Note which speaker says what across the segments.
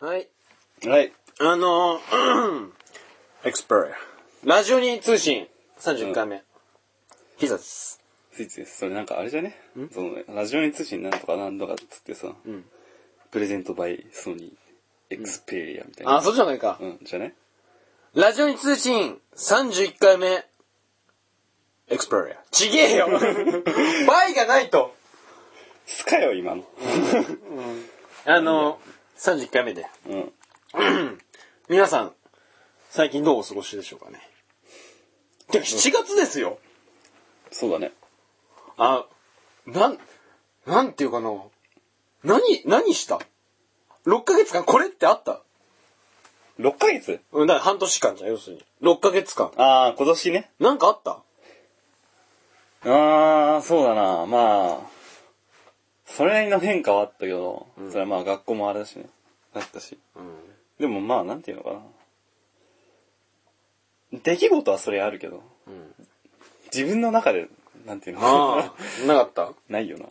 Speaker 1: はい。
Speaker 2: あのー、エクスペリラジオに通信31回目。ピザです。
Speaker 1: ついつい、それなんかあれじゃねその、ラジオに通信なんとかなんとかっつってさ、プレゼントバイソニー、エクスペリアみたいな。
Speaker 2: あ、そうじゃないか。
Speaker 1: うん、じゃね
Speaker 2: ラジオに通信31回目。エクスペリア。ちげ えよバイがないと
Speaker 1: すかよ、今の。
Speaker 2: あのー、31回目で。
Speaker 1: うん。
Speaker 2: 皆さん、最近どうお過ごしでしょうかね。てか7月ですよ
Speaker 1: そうだね。
Speaker 2: あ、なん、なんていうかな。何、何した ?6 ヶ月間これってあった
Speaker 1: 6ヶ月
Speaker 2: うん、だから半年間じゃん、要するに。6ヶ月間。
Speaker 1: あー、今年ね。
Speaker 2: なんかあった
Speaker 1: あー、そうだな。まあ、それなりの変化はあったけど、それはまあ学校もあれだしね。だったし。でもまあ、なんていうのかな。出来事はそれあるけど、自分の中で、なんていうの
Speaker 2: あ あ、なかった。
Speaker 1: ないよな。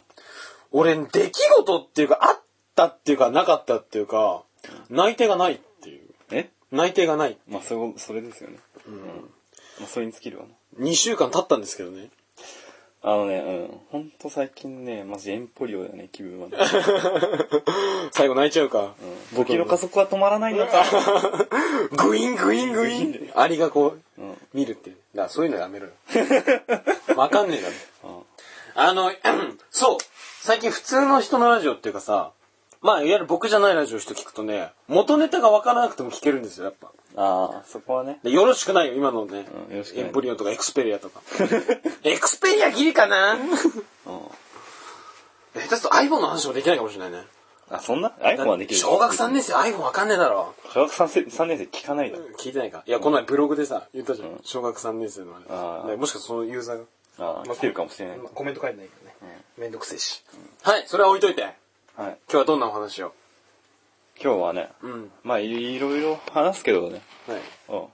Speaker 2: 俺、出来事っていうか、あったっていうか、なかったっていうか、内定がないっていう。
Speaker 1: え
Speaker 2: 内定がない。
Speaker 1: まあ、それを、それですよね。うん。まあ、それに尽きるわな。
Speaker 2: 2週間経ったんですけどね。
Speaker 1: あのね、うん。ほんと最近ね、マジエンポリオだよね、気 分は、ね。
Speaker 2: 最後泣いちゃうか。
Speaker 1: 5キロ加速は止まらないのか。
Speaker 2: グイングイングイ
Speaker 1: グイ
Speaker 2: ン。アリがこう、
Speaker 1: うん
Speaker 2: 見るっていう。だからそういうのやめろよ。わかんねえだろ。あの、 そう。最近普通の人のラジオっていうかさ、まあ、いわゆる僕じゃないラジオの人聞くとね、元ネタがわからなくても聞けるんですよ、やっぱ。
Speaker 1: ああ、そこはね。
Speaker 2: でよろしくないよ、今のね。
Speaker 1: うんよろしくない
Speaker 2: エンポリオンとかエクスペリア とか。エクスペリアギリかな
Speaker 1: うん。
Speaker 2: 下手すると iPhone の話もできないかもしれないね。
Speaker 1: あ、そんな ?iPhone はできる
Speaker 2: 小学3年生 iPhone わかんねえだろ。
Speaker 1: 小学3年生、三年生聞かないだろ。
Speaker 2: 聞いてないかいや、この前ブログでさ、言ったじゃん。小学3年生の
Speaker 1: あ
Speaker 2: あ
Speaker 1: ー
Speaker 2: れ。ねもしかしたらそのユーザーが。
Speaker 1: ああ、来てるかもしれない。
Speaker 2: まあコメント書いてないけどね。めんどくせえし。はい、それは置いといて。今
Speaker 1: はい。
Speaker 2: 日はどんなお話を。
Speaker 1: 今日はね、
Speaker 2: うん。
Speaker 1: まあ、いろいろ話すけどね。
Speaker 2: はい。
Speaker 1: うん。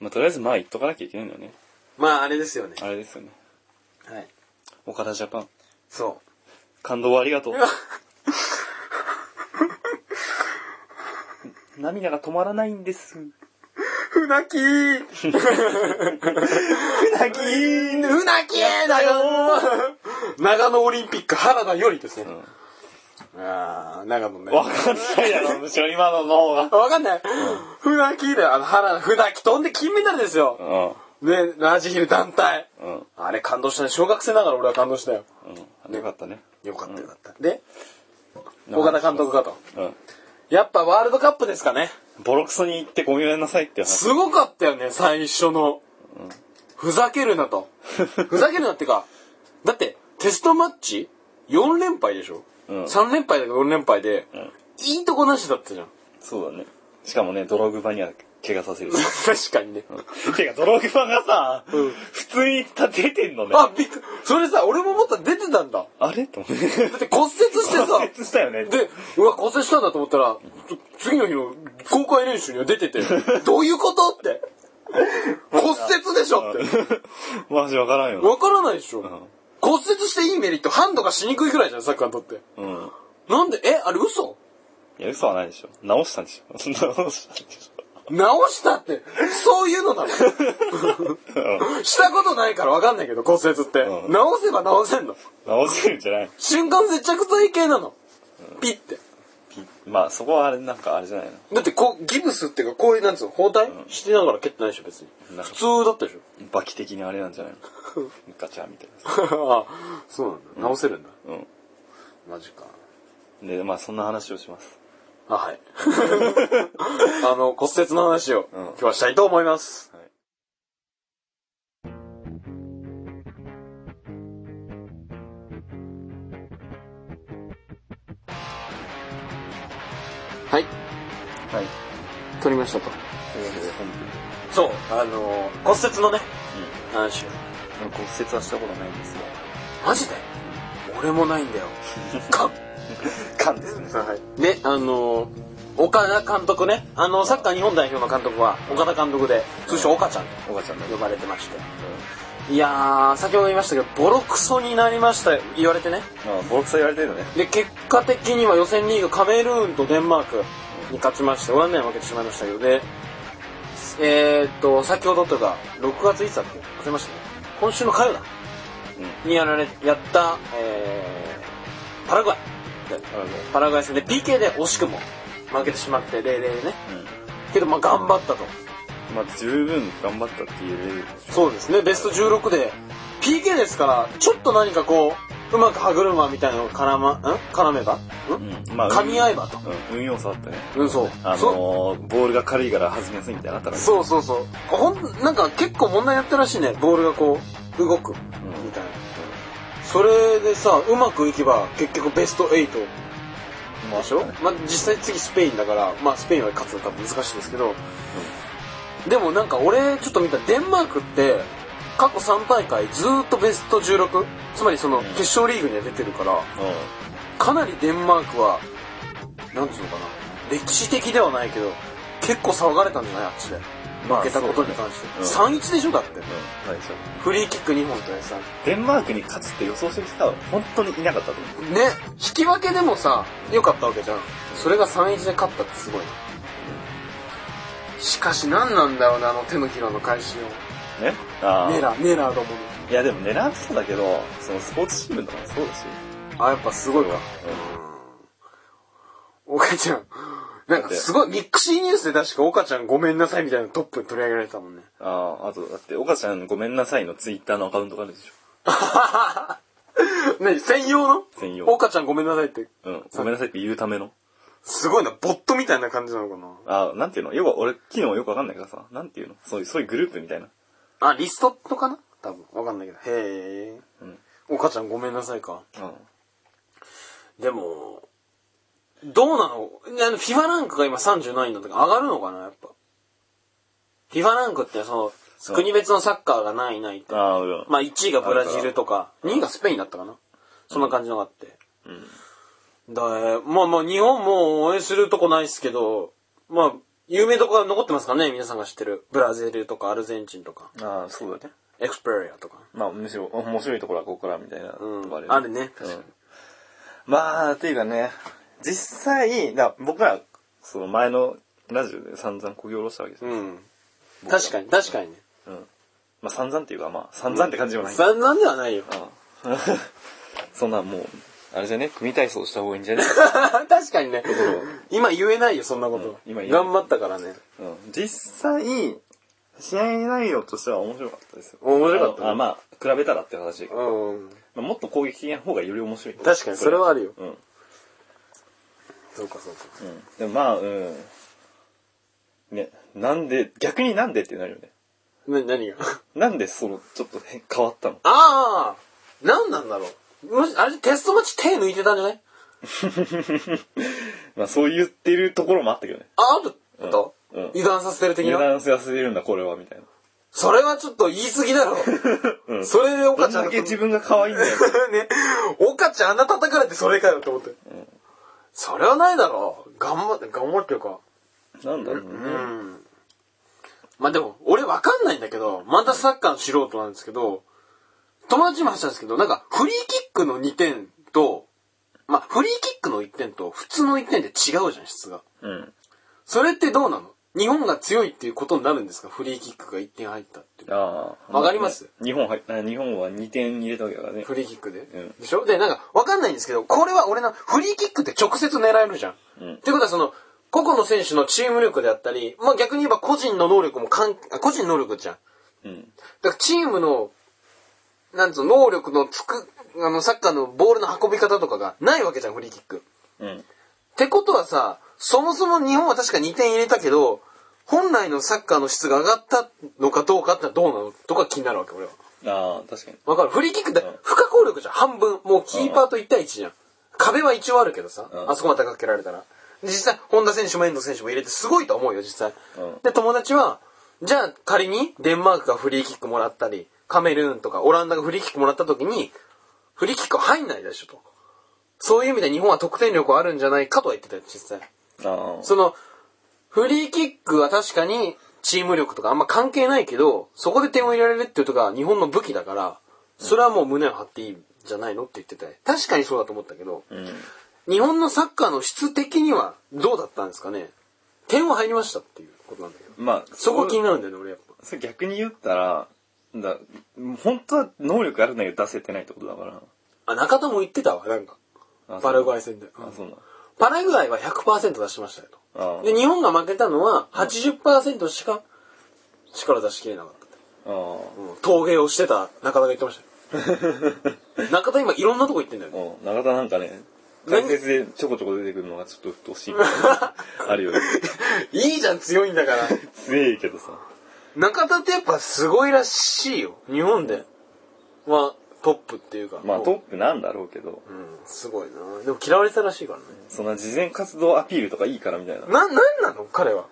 Speaker 1: まあ、とりあえず、まあ、言っとかなきゃいけないんだよね。
Speaker 2: まあ、あれですよね。
Speaker 1: あれですよね。
Speaker 2: はい。
Speaker 1: 岡田ジャパン。
Speaker 2: そ
Speaker 1: 感動をありがとう。涙が止まらないんです。
Speaker 2: う。ふなきーふなきーふなきーだよー長野オリンピック原田よりですね。ああ、長野ね。
Speaker 1: わかんないだろ、むしろ今のの方が。
Speaker 2: わかんない。ふなきーだよ。あの、原田、ふなき飛んで金メダルですよ。ね、ラージヒル団体。
Speaker 1: うん。うん。
Speaker 2: あれ感動したね。小学生ながら俺は感動したよ。
Speaker 1: うん。よかったね。
Speaker 2: よかったよかった。で、岡田監督かと。
Speaker 1: うん。
Speaker 2: やっぱワールドカップですかね。
Speaker 1: ボロクソに言ってごめんなさいって話。
Speaker 2: すごかったよね、最初の。ふざけるな と。ふざけるなってか、だって、テストマッチ ?4 連敗でしょ、
Speaker 1: うん
Speaker 2: ?3 連敗だけど4連敗で、
Speaker 1: ん
Speaker 2: いいとこなしだったじゃん。
Speaker 1: そうだね。しかもね、ドログバには怪我させる。
Speaker 2: 確かにね。
Speaker 1: てか、ドログバがさ、
Speaker 2: うん
Speaker 1: 普通に出てんのね。
Speaker 2: あ、びっくそれさ、俺も思ったら出てたんだ。
Speaker 1: あれと思って。
Speaker 2: だって骨折してさ、
Speaker 1: 骨折したよね。
Speaker 2: で、うわ、骨折したんだと思ったら、ちょ次の日の公開練習には出て て、どういうことって。骨折でしょって。
Speaker 1: マジわからんよ
Speaker 2: わからないでしょ。骨折していいメリット、ハンドがしにくいくらいじゃん、サッカーにとって。
Speaker 1: な。うん。
Speaker 2: なんで、え、あれ嘘
Speaker 1: いや、嘘はないでしょ。直したんでしょ。 直したんでし
Speaker 2: 直したって、そういうのなの。
Speaker 1: ょ。
Speaker 2: したことないからわかんないけど、骨折って。
Speaker 1: うん
Speaker 2: 直せば直せんの。
Speaker 1: 直せるんじゃない
Speaker 2: 瞬間接着剤系なの。ピッて。
Speaker 1: ピまあ、そこはあれ、なんかあれじゃないの。
Speaker 2: だってこう、ギブスっていうか、こういう、なんつうの、包帯、してながら蹴ってないでしょ、別に。
Speaker 1: なんか
Speaker 2: 普通だったでしょ。
Speaker 1: バキ的にあれなんじゃないのガチャみたいなさ。
Speaker 2: ああそうなんだ。直せるんだ。
Speaker 1: う
Speaker 2: マジか。
Speaker 1: ん。で、まあ、そんな話をします。
Speaker 2: あ、はい。 あの、骨折の話を、今日はしたいと思います。
Speaker 1: はい
Speaker 2: はい、
Speaker 1: はい。
Speaker 2: 撮りましたと。
Speaker 1: というわけで、本
Speaker 2: そう、あの骨折のね、話を。
Speaker 1: 部。うん。骨折はしたことないんですが。
Speaker 2: マジで俺もない んだよ。か
Speaker 1: 勘ですね。
Speaker 2: で、あのー岡田監督ね、あの、サッカー日本代表の監督は、岡田監督で、通称岡ちゃん
Speaker 1: おばちゃんだ
Speaker 2: と
Speaker 1: よ。
Speaker 2: 呼ばれてまして。いやー、先ほど言いましたけど、ボロクソになりました、言われてね。
Speaker 1: まあ、ボロクソ言われてるのね。
Speaker 2: で、結果的には予選リーグ、カメルーンとデンマーク、に勝ちまして、ワンナイン負けてしまいましたけど、で、えー、っと、先ほどというか、6月いつだっけ忘れましたね。今週の火曜だ。にやられ、やった、えー、パラグアイ。パラグアイ戦で PK で惜しくも負けてしまって、0-0でね。けど、まあ頑張ったと。
Speaker 1: まあ十分頑張ったって言えるでしょ
Speaker 2: そうですね、ベスト16で、PK ですから、ちょっと何かこう、うまく歯車みたいなのを絡ま、ん絡めば、ん
Speaker 1: うんまあ
Speaker 2: 噛み合えばと。
Speaker 1: うん、運用差あったね。
Speaker 2: うん、そう。
Speaker 1: あ
Speaker 2: そ
Speaker 1: のー、ボールが軽いから弾みやすいみたいになったからね。
Speaker 2: そうそうそう。ほん、なんか結構問題やったらしいね、ボールがこう、動く、みたいな。それでさ、うまくいけば、結局ベスト8。
Speaker 1: まあ、しょ
Speaker 2: まあ、実際次スペインだから、まあ、スペインは勝つの多分難しいですけど、でもなんか俺ちょっと見たデンマークって過去3大会ずーっとベスト16つまりその決勝リーグには出てるからかなりデンマークはなんつうのかな歴史的ではないけど結構騒がれたんじゃないあっちで
Speaker 1: まあ
Speaker 2: 負けたことに関して、
Speaker 1: そう
Speaker 2: 3-1でしょだって
Speaker 1: うん。はい、そう。
Speaker 2: フリーキック2本とねさ
Speaker 1: デンマークに勝つって予想してる人は本当にいなかったと思う。
Speaker 2: ね引き分けでもさ良かったわけじゃんそれが3-1で勝ったってすごいなしかし何なんだろうねあの手のひらの返しを
Speaker 1: ねあ
Speaker 2: ネ
Speaker 1: ー
Speaker 2: ラネラだもの
Speaker 1: いやでも狙ってただけど、そのスポーツ新聞とかもそうだし。
Speaker 2: あ、やっぱすごいわ。岡ちゃん、なんかすごい、ミックシーニュースで確か岡ちゃんごめんなさいみたいなトップに取り上げられてたもん ね。
Speaker 1: ああ、あと、だって、岡ちゃんごめんなさいのツイッターのアカウントがあるでし
Speaker 2: 何専用の
Speaker 1: 専用
Speaker 2: 岡ちゃんごめんなさいって。
Speaker 1: ょ。うん。ごめんなさいって言うための。
Speaker 2: すごいな、ボットみたいな感じなのかな
Speaker 1: ああ、なんていうのよく、俺、機能よくわかんないからさ。なんていうのそういう、そういうグループみたいな。
Speaker 2: あ、リストとかな多分。わかんないけど。へえ。
Speaker 1: うん。
Speaker 2: 岡ちゃんごめんなさいか。
Speaker 1: うん。
Speaker 2: でも、どうなのあの ?FIFA ランクが今37位なんだけど、上がるのかなやっぱ。FIFA ランクってその、国別のサッカーが何位何位って
Speaker 1: あ。あ、うん。
Speaker 2: まあ1位がブラジルとか、2位がスペインだったかな。そんな感じのがあって。
Speaker 1: うん。
Speaker 2: だえまあまあ日本も応援するとこないっすけど、まあ、有名どこが残ってますからね、皆さんが知ってる。ブラジルとかアルゼンチンとか、
Speaker 1: ああ、そうだね。
Speaker 2: エクスペリアとか。
Speaker 1: まあ、むしろ、面白いところはここからみたいな
Speaker 2: うん
Speaker 1: とこ
Speaker 2: あるね確かに
Speaker 1: まあ、というかね、実際、だ僕ら、その前のラジオで散々こぎ下ろしたわけですよ。
Speaker 2: うん。確かに、確かにね。
Speaker 1: うん。まあ、散々っていうか、まあ、散々って感じでもない。
Speaker 2: 残念ではないよ。
Speaker 1: うん そんな、もう、あれじゃね、組体操した方がいいんじゃね
Speaker 2: 確かにね。今言えないよ、そんなこ
Speaker 1: うん
Speaker 2: と。
Speaker 1: 今言えない
Speaker 2: 頑張ったからね。
Speaker 1: うん。実際、試合内容としては面白かったですよ。
Speaker 2: 面白かったね
Speaker 1: あのあまあ、比べたらって話だけど、
Speaker 2: うん。
Speaker 1: まあ、もっと攻撃的な方がより面白い。
Speaker 2: 確かに、それはあるよ。
Speaker 1: うん。うん。
Speaker 2: そうか、そうか。
Speaker 1: でもまあ、うん。ね、なんで、逆になんでってなるよね。
Speaker 2: な、何が
Speaker 1: なんでその、ちょっと変変わったの
Speaker 2: ああ何なんだろう。もし、あれテストマッチ手抜いてたんじゃない
Speaker 1: まあそう言ってるところもあったけどね。
Speaker 2: あ、あると、
Speaker 1: うんうん
Speaker 2: 油断させてる的
Speaker 1: 油
Speaker 2: な。
Speaker 1: 断させるんだ、これは、みたいな。
Speaker 2: それはちょっと言い過ぎだろ。それで
Speaker 1: ど
Speaker 2: 岡
Speaker 1: ん
Speaker 2: ちゃんと
Speaker 1: だ け自分が可愛いんだよ。
Speaker 2: ね、岡ちゃん穴叩かれてそれかよと思って。それはないだろ。頑張って、頑張ってるか。
Speaker 1: なんだろうね。
Speaker 2: うん。まあでも、俺わかんないんだけど、またサッカーの素人なんですけど、友達にも話したんですけど、なんかフリーキックの2点と、まあフリーキックの1点と普通の1点って違うじゃん、質が。
Speaker 1: うん。
Speaker 2: それってどうなの日本が強いっていうことになるんですかフリーキックが1点入ったっていう。
Speaker 1: ああ。
Speaker 2: わかります
Speaker 1: 日本は、あ日本は2点入れたわけだからね。
Speaker 2: フリーキックで、
Speaker 1: うん
Speaker 2: でしょで、なんか、わかんないんですけど、これは俺のフリーキックって直接狙えるじゃん。
Speaker 1: うん
Speaker 2: ってことはその、個々の選手のチーム力であったり、まあ逆に言えば個人の能力も関あ個人能力じゃん。
Speaker 1: うん。
Speaker 2: だからチームの、なんつうの、能力のつく、あの、サッカーのボールの運び方とかがないわけじゃん、フリーキック。
Speaker 1: うん。
Speaker 2: ってことはさ、そもそも日本は確か2点入れたけど、本来のサッカーの質が上がったのかどうかってのはどうなのとか気になるわけ、俺は。
Speaker 1: ああ、確かに。
Speaker 2: わかる。フリーキックって
Speaker 1: うん
Speaker 2: 不可抗力じゃん。半分。もうキーパーと1対1じゃん。壁は一応あるけどさ。
Speaker 1: うん
Speaker 2: あそこまでかけられたら。で実際、本田選手も遠藤選手も入れてすごいと思うよ、実際
Speaker 1: うん。
Speaker 2: で、友達は、じゃあ仮にデンマークがフリーキックもらったり、カメルーンとかオランダがフリーキックもらった時に、フリーキックは入んないでしょと。そういう意味で日本は得点力はあるんじゃないかとは言ってたよ、実際。
Speaker 1: ああ。
Speaker 2: その、フリーキックは確かにチーム力とかあんま関係ないけど、そこで点を入れられるっていうとが日本の武器だから、それはもう胸を張っていいんじゃないのって言ってて、確かにそうだと思ったけど、
Speaker 1: うん。
Speaker 2: 日本のサッカーの質的にはどうだったんですかね点は入りましたっていうことなんだけど。
Speaker 1: まあ、
Speaker 2: そこ気に
Speaker 1: な
Speaker 2: なるんだよね、俺やっぱ。
Speaker 1: それ逆に言ったら、だ本当は能力あるんだけど出せてないってことだから。
Speaker 2: あ、中田も言ってたわ、なんか。
Speaker 1: あ
Speaker 2: パラグアイ戦で。
Speaker 1: あ、そうな。
Speaker 2: パラグアイは100%出しましたよ
Speaker 1: あ
Speaker 2: と。で、日本が負けたのは80%しか力出しきれなかったって。
Speaker 1: ああ
Speaker 2: うん陶芸をしてた中田が言ってま したよ。中田今いろんなとこ行ってんだよね。
Speaker 1: うん。中田なんかね、
Speaker 2: 何
Speaker 1: 解説でちょこちょこ出てくるのがちょっと鬱陶し いみたいな。あるよね。
Speaker 2: いいじゃん、強いんだから。
Speaker 1: 強いけどさ。
Speaker 2: 中田ってやっぱすごいらしいよ。日本で。は、トップっていうか。
Speaker 1: まあトップなんだろうけど、
Speaker 2: うん、すごいな。でも嫌われてたらしいからね。
Speaker 1: そんな事前活動アピールとかいいからみた いな。
Speaker 2: な、なんなの彼は。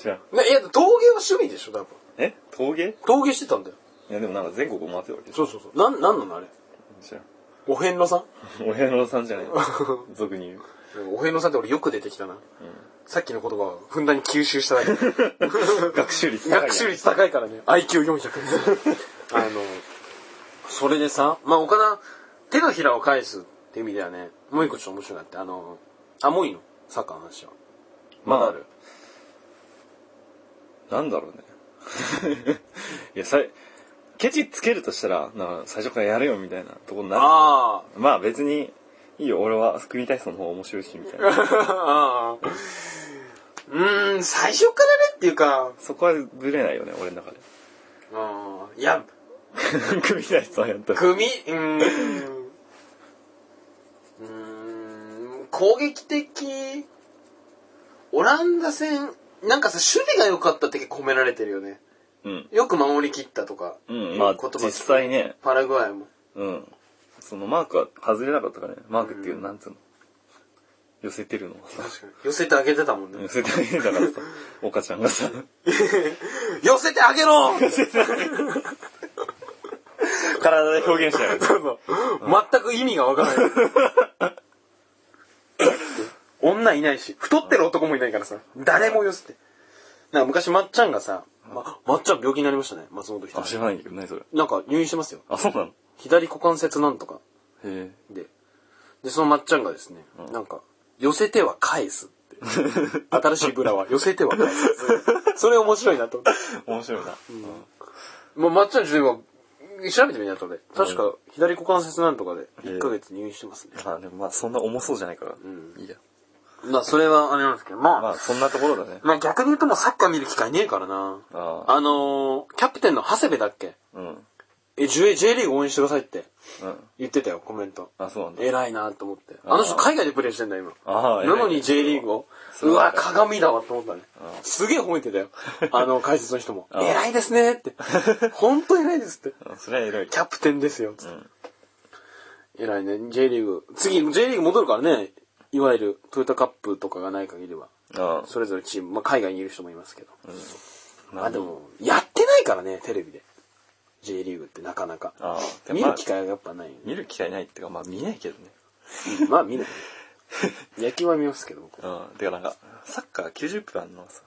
Speaker 1: 知らん。
Speaker 2: ねいや、陶芸は趣味でしょ、多分。
Speaker 1: え陶芸
Speaker 2: 陶芸してたんだよ。
Speaker 1: いやでもなんか全国を回ってるわけでしょ。
Speaker 2: そうそうそう。なん、なんなのあれ。
Speaker 1: 知らん。
Speaker 2: お遍路さん
Speaker 1: お遍路さんじゃないの俗に言う。
Speaker 2: お遍路さんって俺よく出てきたな。さっきの言葉をふんだんに吸収しただけ。
Speaker 1: 学 習率高いな。
Speaker 2: 学習率高いからね。IQ400 あの、それでさ、まあ、岡田、手のひらを返すって意味ではね、もう一個ちょっと面白いなって、あの、あ、もういいのサッカーの話は。
Speaker 1: まあ
Speaker 2: だある。
Speaker 1: なんだろうね。 いや、さい、ケチつけるとしたら、なんか最初からやれよみたいなとこになる。
Speaker 2: あー
Speaker 1: まあ別に、いいよ、俺は組体操の方が面白いし、みた いな。
Speaker 2: あー。うーん、最初からねっていうか、
Speaker 1: そこはぶれないよね、俺の中で。
Speaker 2: あーいや、
Speaker 1: 組体操やったら。
Speaker 2: 組、うーん。うーん、攻撃的、オランダ戦、なんかさ、守備が良かったって結構褒められてるよね。
Speaker 1: うん。
Speaker 2: よく守り切ったとか。
Speaker 1: うん、まあ
Speaker 2: 言葉
Speaker 1: 実際ね、
Speaker 2: パラグアイも。
Speaker 1: うん。そのマークは外れなかったからね。マークっていう、なんつうの。寄せてるのはさ。
Speaker 2: 確かに。寄せてあげてたもんね
Speaker 1: 寄。せてあげてたからさ、岡ちゃんがさ。
Speaker 2: 寄せてあげろそう
Speaker 1: 体で表現 したよ。
Speaker 2: そう全く意味がわからない。女いないし、太ってる男もいないからさ、誰も寄せて。なんか昔、まっちゃんがさ、ま、まっちゃん病気になりましたね、松本人
Speaker 1: あ、
Speaker 2: 志
Speaker 1: 知らないけどね、それ。
Speaker 2: なんか入院してますよ。
Speaker 1: あ、そうなのへ
Speaker 2: 左股関節なんとか
Speaker 1: え。
Speaker 2: で。で、そのまっちゃんがですね、なんか、寄せては返すって。新しいブラは寄せては返す。それ面白いなと思って。
Speaker 1: 面白いな。
Speaker 2: まあ、まっちゃん自身は、調べてみたとで。確か、左股関節なんとかで、1ヶ月入院してますね。
Speaker 1: まあでもまあそんな重そうじゃないから。いいや。
Speaker 2: まあ、それはあれなんですけど、
Speaker 1: ま
Speaker 2: ま
Speaker 1: あそんなところだね
Speaker 2: あ、。まあ逆に言うともうサッカー見る機会ねえからな。
Speaker 1: ああ。
Speaker 2: あのー、キャプテンの長谷部だっけ
Speaker 1: うん。うん。
Speaker 2: え、J, J リーグ応援してくださいって言ってたよ、コメント。
Speaker 1: あ、そうなんだ。
Speaker 2: 偉いなと思って。あの人海外でプレーしてんだよ、今。
Speaker 1: ああ、
Speaker 2: なのに J リーグを。
Speaker 1: そうう
Speaker 2: わ、鏡だわと思ったね。すげえ褒めてたよ。あの、解説の人も。
Speaker 1: あ
Speaker 2: 偉いですねって。本当偉いですって。
Speaker 1: うんそれは偉い。
Speaker 2: キャプテンですよ。つって偉いね、J リーグ。次、J リーグ戻るからね。いわゆる、トヨタカップとかがない限りは、
Speaker 1: あ
Speaker 2: それぞれチーム、まあ、海外にいる人もいますけど。
Speaker 1: あ。
Speaker 2: まあでも、やってないからね、テレビで。J リーグってなかなか。
Speaker 1: ああ。
Speaker 2: 見る機
Speaker 1: 会
Speaker 2: 会がやっぱないよね。
Speaker 1: 見る機会ないっていうか、まあ見ないけどね。
Speaker 2: まあ見ない。 野球は見ますけど、僕。
Speaker 1: うん。てかなんか、サッカー90分あんのはさ、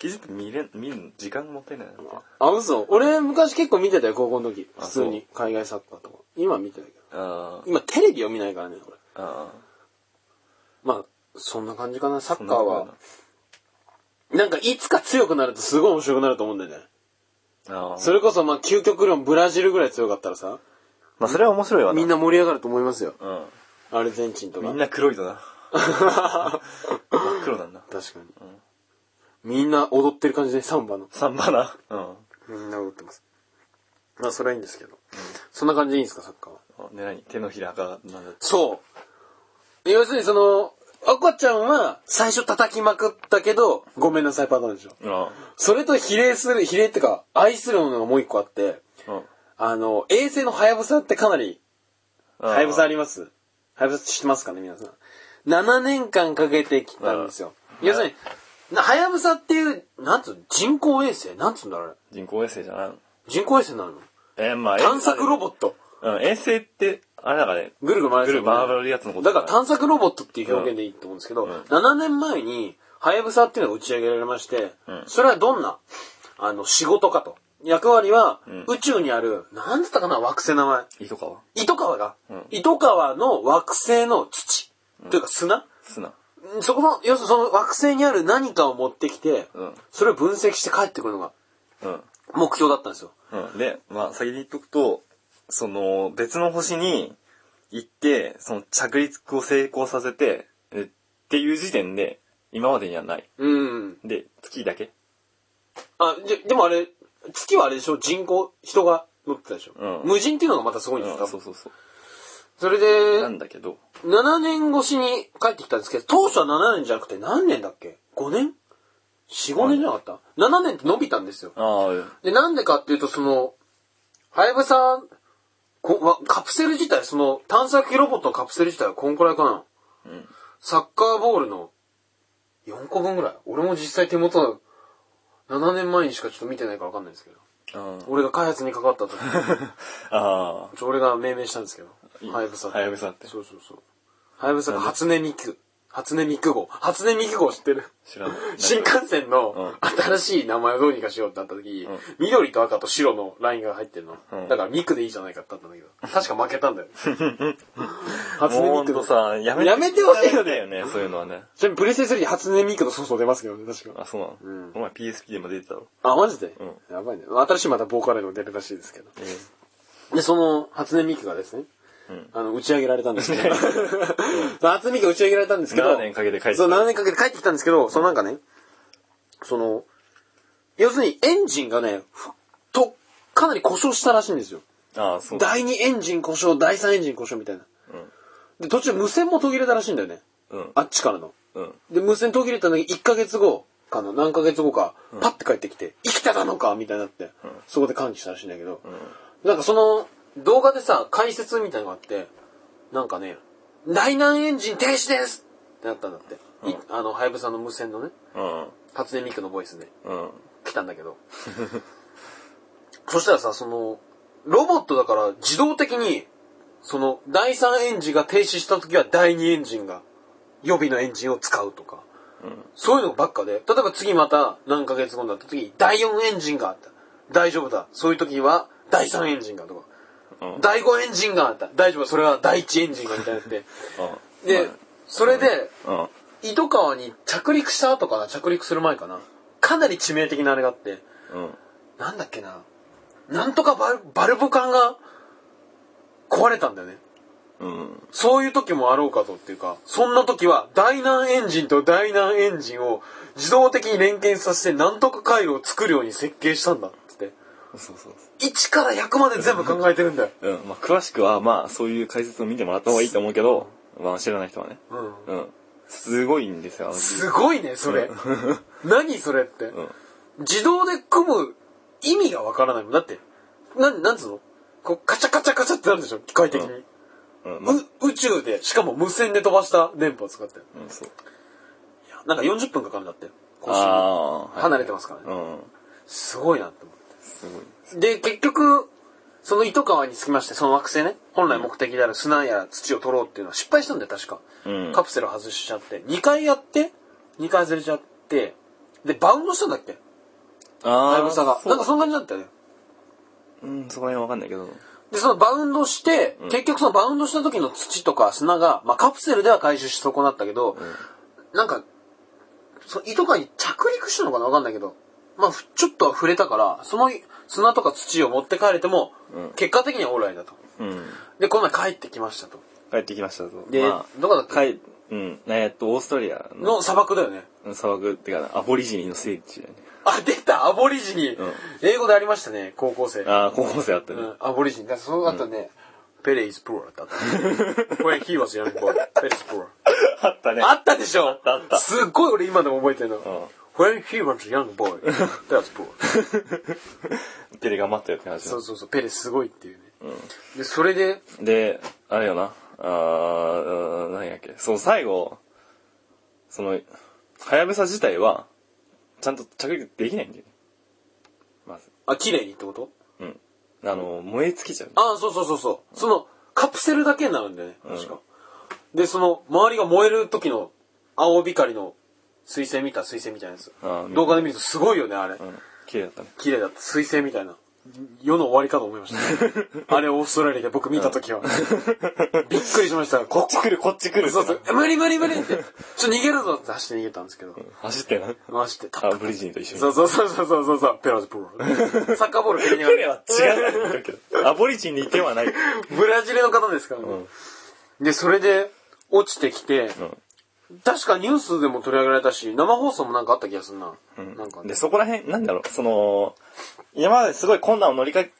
Speaker 1: 90分見れん、見るの時間がもったいないなみたいな。
Speaker 2: あ、嘘。俺、昔結構見てたよ、高校の時。
Speaker 1: あ
Speaker 2: 普通に。海外サッカーとか。今見てないけど。
Speaker 1: あ
Speaker 2: 今、テレビを見ないからね、俺。
Speaker 1: あ。あ
Speaker 2: まあ、そんな感じかな。サ
Speaker 1: あ。
Speaker 2: ッカーは。なんか、いつか強くなるとすごい面白くなると思うんだよね。
Speaker 1: ああ。
Speaker 2: それこそ、まあ、究極論、ブラジルぐらい強かったらさ、
Speaker 1: まあそれは面白いわな。
Speaker 2: みんな盛り上がると思いますよ。
Speaker 1: うん。
Speaker 2: アルゼンチンとか。
Speaker 1: みんな黒いと な。真っ黒なんだ。
Speaker 2: 確かに。みんな踊ってる感じで、サンバの。
Speaker 1: サンバな。うん。
Speaker 2: みんな踊ってます。まあ、それはいいんですけど。そんな感じでいいんですか、サッカーは。
Speaker 1: で、何手のひらが、なんだ
Speaker 2: そう。要するにその、赤ちゃんは最初叩きまくったけど、ごめんなさいパターンでしょ。
Speaker 1: あ
Speaker 2: それと比例する、比例ってか、愛するものがもう一個あって、
Speaker 1: あ。うん。
Speaker 2: あの、衛星のハヤブサってかなり、
Speaker 1: は
Speaker 2: ハヤブサありますハヤブサ知ってますかね、皆さん。7年間かけてきたんですよ。要するに、なハヤブサっていう、なんつうの、人工衛星なんつうんだろう、あれ。
Speaker 1: 人工衛星じゃないの
Speaker 2: 人工衛星なの
Speaker 1: えーまあ、
Speaker 2: 探索ロボ
Speaker 1: ボ
Speaker 2: ット。
Speaker 1: うん、衛星って、あれだからね、
Speaker 2: ぐるぐる回るやつ
Speaker 1: ぐる回るやつのこと
Speaker 2: だから探索ロボットっていう表現でいいと思うんですけど、
Speaker 1: うん
Speaker 2: 7年前に、ハヤブサっていうのが打ち上げられまして、
Speaker 1: うん
Speaker 2: それはどんな、あの、仕事かと。役割は、
Speaker 1: ん
Speaker 2: 宇宙にある、なんつったかな、惑星名前。
Speaker 1: 糸川
Speaker 2: 糸川が、
Speaker 1: うん
Speaker 2: 糸川の惑星の土、というか砂
Speaker 1: 砂。
Speaker 2: そこの、要するにその惑星にある何かを持ってきて、
Speaker 1: うん
Speaker 2: それを分析して帰ってくるのが
Speaker 1: うん。
Speaker 2: 目標だったんですよ。
Speaker 1: うん、で、まあ、先に言っとくと、その、別の星に行って、その、着陸を成功させて、えっていう時点で、今までにはない。
Speaker 2: うん。
Speaker 1: で、月だけ
Speaker 2: あ、で、でもあれ、月はあれでしょ人口、人が乗ってたでしょ、
Speaker 1: うん
Speaker 2: 無人っていうのがまたすごいんです
Speaker 1: う
Speaker 2: よ、
Speaker 1: ん、
Speaker 2: 多
Speaker 1: そう
Speaker 2: 分。
Speaker 1: そうそう。
Speaker 2: それ
Speaker 1: なん
Speaker 2: で、
Speaker 1: だけど、
Speaker 2: 7年越しに帰ってきたんですけど、当初は7年じゃなくて何年だっけ ?5 年 ?4、5年じゃなかった、?7 年って伸びたんですよ。
Speaker 1: ああ、うん
Speaker 2: で、なんでかっていうと、その、はやぶさ、こまカプセル自体、その探査機ロボットのカプセル自体はこんくらいかな。
Speaker 1: うん
Speaker 2: サッカーボールの4個分ぐらい。俺も実際手元、7年前にしかちょっと見てないからわかんないですけど。
Speaker 1: あー
Speaker 2: 俺が開発に関わ った時、
Speaker 1: あ
Speaker 2: ちょ俺が命名したんですけど
Speaker 1: いい。ね
Speaker 2: はやぶさって。
Speaker 1: はやぶさって
Speaker 2: そうそうそう。はやぶさが初音ミク。初音ミク号。初音ミク号知ってる
Speaker 1: ー、知らない。
Speaker 2: 新幹線の
Speaker 1: う
Speaker 2: 新しい名前をどうにかしようってなった時、
Speaker 1: ん
Speaker 2: 緑と赤と白のラインが入ってるの。
Speaker 1: うん
Speaker 2: だからミクでいいじゃないかってなったんだけど、確か負け たんだよ。初
Speaker 1: もう
Speaker 2: 音
Speaker 1: ほ
Speaker 2: ミ
Speaker 1: ん
Speaker 2: クの
Speaker 1: と。さ、やめ
Speaker 2: やめてほしいよね
Speaker 1: よね、そういうのはね。
Speaker 2: ちなみにプレステ3に初音ミクのソフト出ますけどね、確か。
Speaker 1: あ、そうなの、
Speaker 2: うん
Speaker 1: お前 PSP でも出てたろ。
Speaker 2: あ、マジで、
Speaker 1: う
Speaker 2: やばいね。新しいまたボーカルの出るらしいですけど。
Speaker 1: え
Speaker 2: で、その初音ミクがですね、
Speaker 1: うん
Speaker 2: あの、打ち上げられたんですけ ど、その初音ミクが打ち上げられたんですけど、
Speaker 1: 7年かけて帰ってきた
Speaker 2: そう、7年かけて帰ってきたんですけど、そのなんかね、その、要するにエンジンがね、ふと、かなり故障したらしいんですよ。
Speaker 1: ああ、そう。
Speaker 2: 第2エンジン故障、第3エンジン故障みたいな。
Speaker 1: うん
Speaker 2: で、途中無線も途切れたらしいんだよね。
Speaker 1: うん。
Speaker 2: あっちからの。
Speaker 1: うん。
Speaker 2: で、無線途切れたんだけど、1ヶ月後かな、何ヶ月後か、パッて帰ってきて、生きてたのかみたいになって、そこで歓喜したらしいんだけど、なんかその、動画でさ、解説みたいなのがあって、なんかね、内南エンジン停止ですってなったんだって。いあの、ハヤブさんの無線のね、
Speaker 1: うん。
Speaker 2: 初音ミクのボイスで
Speaker 1: うん。
Speaker 2: 来たんだけど。 そしたらさ、その、ロボットだから自動的に、その、第3エンジンが停止した時は第2エンジンが、予備のエンジンを使うとか、そういうのばっかで、例えば次また何ヶ月後になった時に、第4エンジンがあった。大丈夫だ。そういう時は、第3エンジンがとか、
Speaker 1: うん
Speaker 2: 第5エンジンがあった。大丈夫だ。それは第1エンジンがみたいになって。
Speaker 1: うん。
Speaker 2: で、それで、
Speaker 1: うん。
Speaker 2: 糸川に着陸した後かな着陸する前かなかなり致命的なあれがあって、
Speaker 1: うん。
Speaker 2: なんだっけな。なんとかバルバルボ管が壊れたんだよね。
Speaker 1: うん。
Speaker 2: そういう時もあろうかとっていうか、そんな時は第何エンジンと第何エンジンを自動的に連携させてなんとか回路を作るように設計したんだっつって。
Speaker 1: そうそうそ
Speaker 2: 1から100まで全部考えてるんだよ。
Speaker 1: う。うん。まあ、詳しくは、まあ、そういう解説を見てもらった方がいいと思うけど、まあ、知らない人はね。
Speaker 2: うん。
Speaker 1: うん。すごいんですよ、あの
Speaker 2: すごいね、それ。何それって。
Speaker 1: ん
Speaker 2: 自動で組む意味がわからないもん。だって、なん、なんつうのこう、カチャカチャカチャってなるでしょ機械的に。
Speaker 1: うん。まあ、
Speaker 2: う宇宙で、しかも無線で飛ばした電波を使って。
Speaker 1: うん、そう。
Speaker 2: なんか40分かかるんだって。更新に
Speaker 1: ああ、
Speaker 2: 離れてますからね。
Speaker 1: うん。
Speaker 2: すごいなって思
Speaker 1: すごい。
Speaker 2: って。で、結局、その糸川に着きまして、その惑星ね、本来目的である砂や土を取ろうっていうのは失敗したんだよ、確か。
Speaker 1: うん
Speaker 2: カプセル外しちゃって。2回やって、2回外れちゃって、で、バウンドしたんだっけ
Speaker 1: あ
Speaker 2: はやぶさが。
Speaker 1: そう
Speaker 2: なんかそんな感じだったよね。
Speaker 1: うん、そこら辺わかんないけど。
Speaker 2: で、そのバウンドして、結局そのバウンドした時の土とか砂が、まあカプセルでは回収し損なったけど、なんか、その糸川に着陸したのかなわかんないけど、まあふちょっとは触れたから、その砂とか土を持って帰れても、
Speaker 1: うん
Speaker 2: 結果的にはオーライだと。
Speaker 1: うん。
Speaker 2: で、この前帰ってきましたと。
Speaker 1: 帰ってきましたと。
Speaker 2: で、
Speaker 1: まあ
Speaker 2: どこだっけ
Speaker 1: 帰、うん。えーっと、オーストラリアの
Speaker 2: の砂漠だよね。
Speaker 1: 砂漠ってか、アボリジニの聖地だよね。
Speaker 2: あ、出たアボリジニ、
Speaker 1: ん
Speaker 2: 英語でありましたね、高校生。
Speaker 1: ああ、高校生だった
Speaker 2: う
Speaker 1: ね。
Speaker 2: ん、アボリジン。だからそうだったね。ペレイズプロだ った。これ、he was young boy. ペレイズプロ。
Speaker 1: あったね
Speaker 2: あったでしょあった
Speaker 1: あった
Speaker 2: すっごい俺今でも覚えてるの。When he was young boy, that's poor.
Speaker 1: ペレ頑張ったよって話だ
Speaker 2: そうそうそう、ペレすごいっていうね。で、それで、
Speaker 1: で、あれよな。あー、うん何やっけ。その最後、その、はやぶさ自体は、ちゃんと着陸できないんだよね。まず。
Speaker 2: あ、綺麗にってこと
Speaker 1: うん。あの、燃え尽きちゃう。
Speaker 2: ああ、そうそうそうそう。その、カプセルだけになるんだよね、確か。で、その、周りが燃える時の青光の水星見た水星みたいなやつ
Speaker 1: あ。ー
Speaker 2: 動画で見るとすごいよね、あれ。
Speaker 1: うん。綺麗だったね。
Speaker 2: 綺麗だった。水星みたいな。世の終わりかと思いま した。あれオーストラリアで僕見た時は。 びっくりしました。こっち
Speaker 3: 来る、こっち来る。
Speaker 2: そうそう。無理無理無理って。ちょっと逃げるぞって走って逃げたんですけど。
Speaker 1: 走ってな。
Speaker 2: 走ってた。
Speaker 1: あ、ブリジンと一緒に。
Speaker 2: そうそうそうそうそうそう。ペラズプ ロ。サッカーボール蹴りな が
Speaker 1: 彼
Speaker 2: ら
Speaker 1: は違うだけど。アボリジンにいてはない。
Speaker 2: ブラジルの方ですからね。で、それで落ちてきて、確かニュースでも取り上げられたし、生放送もなんかあった気がするな。なんかね
Speaker 1: で、そこら辺、なんだろう、その、今まですごい困難を乗り越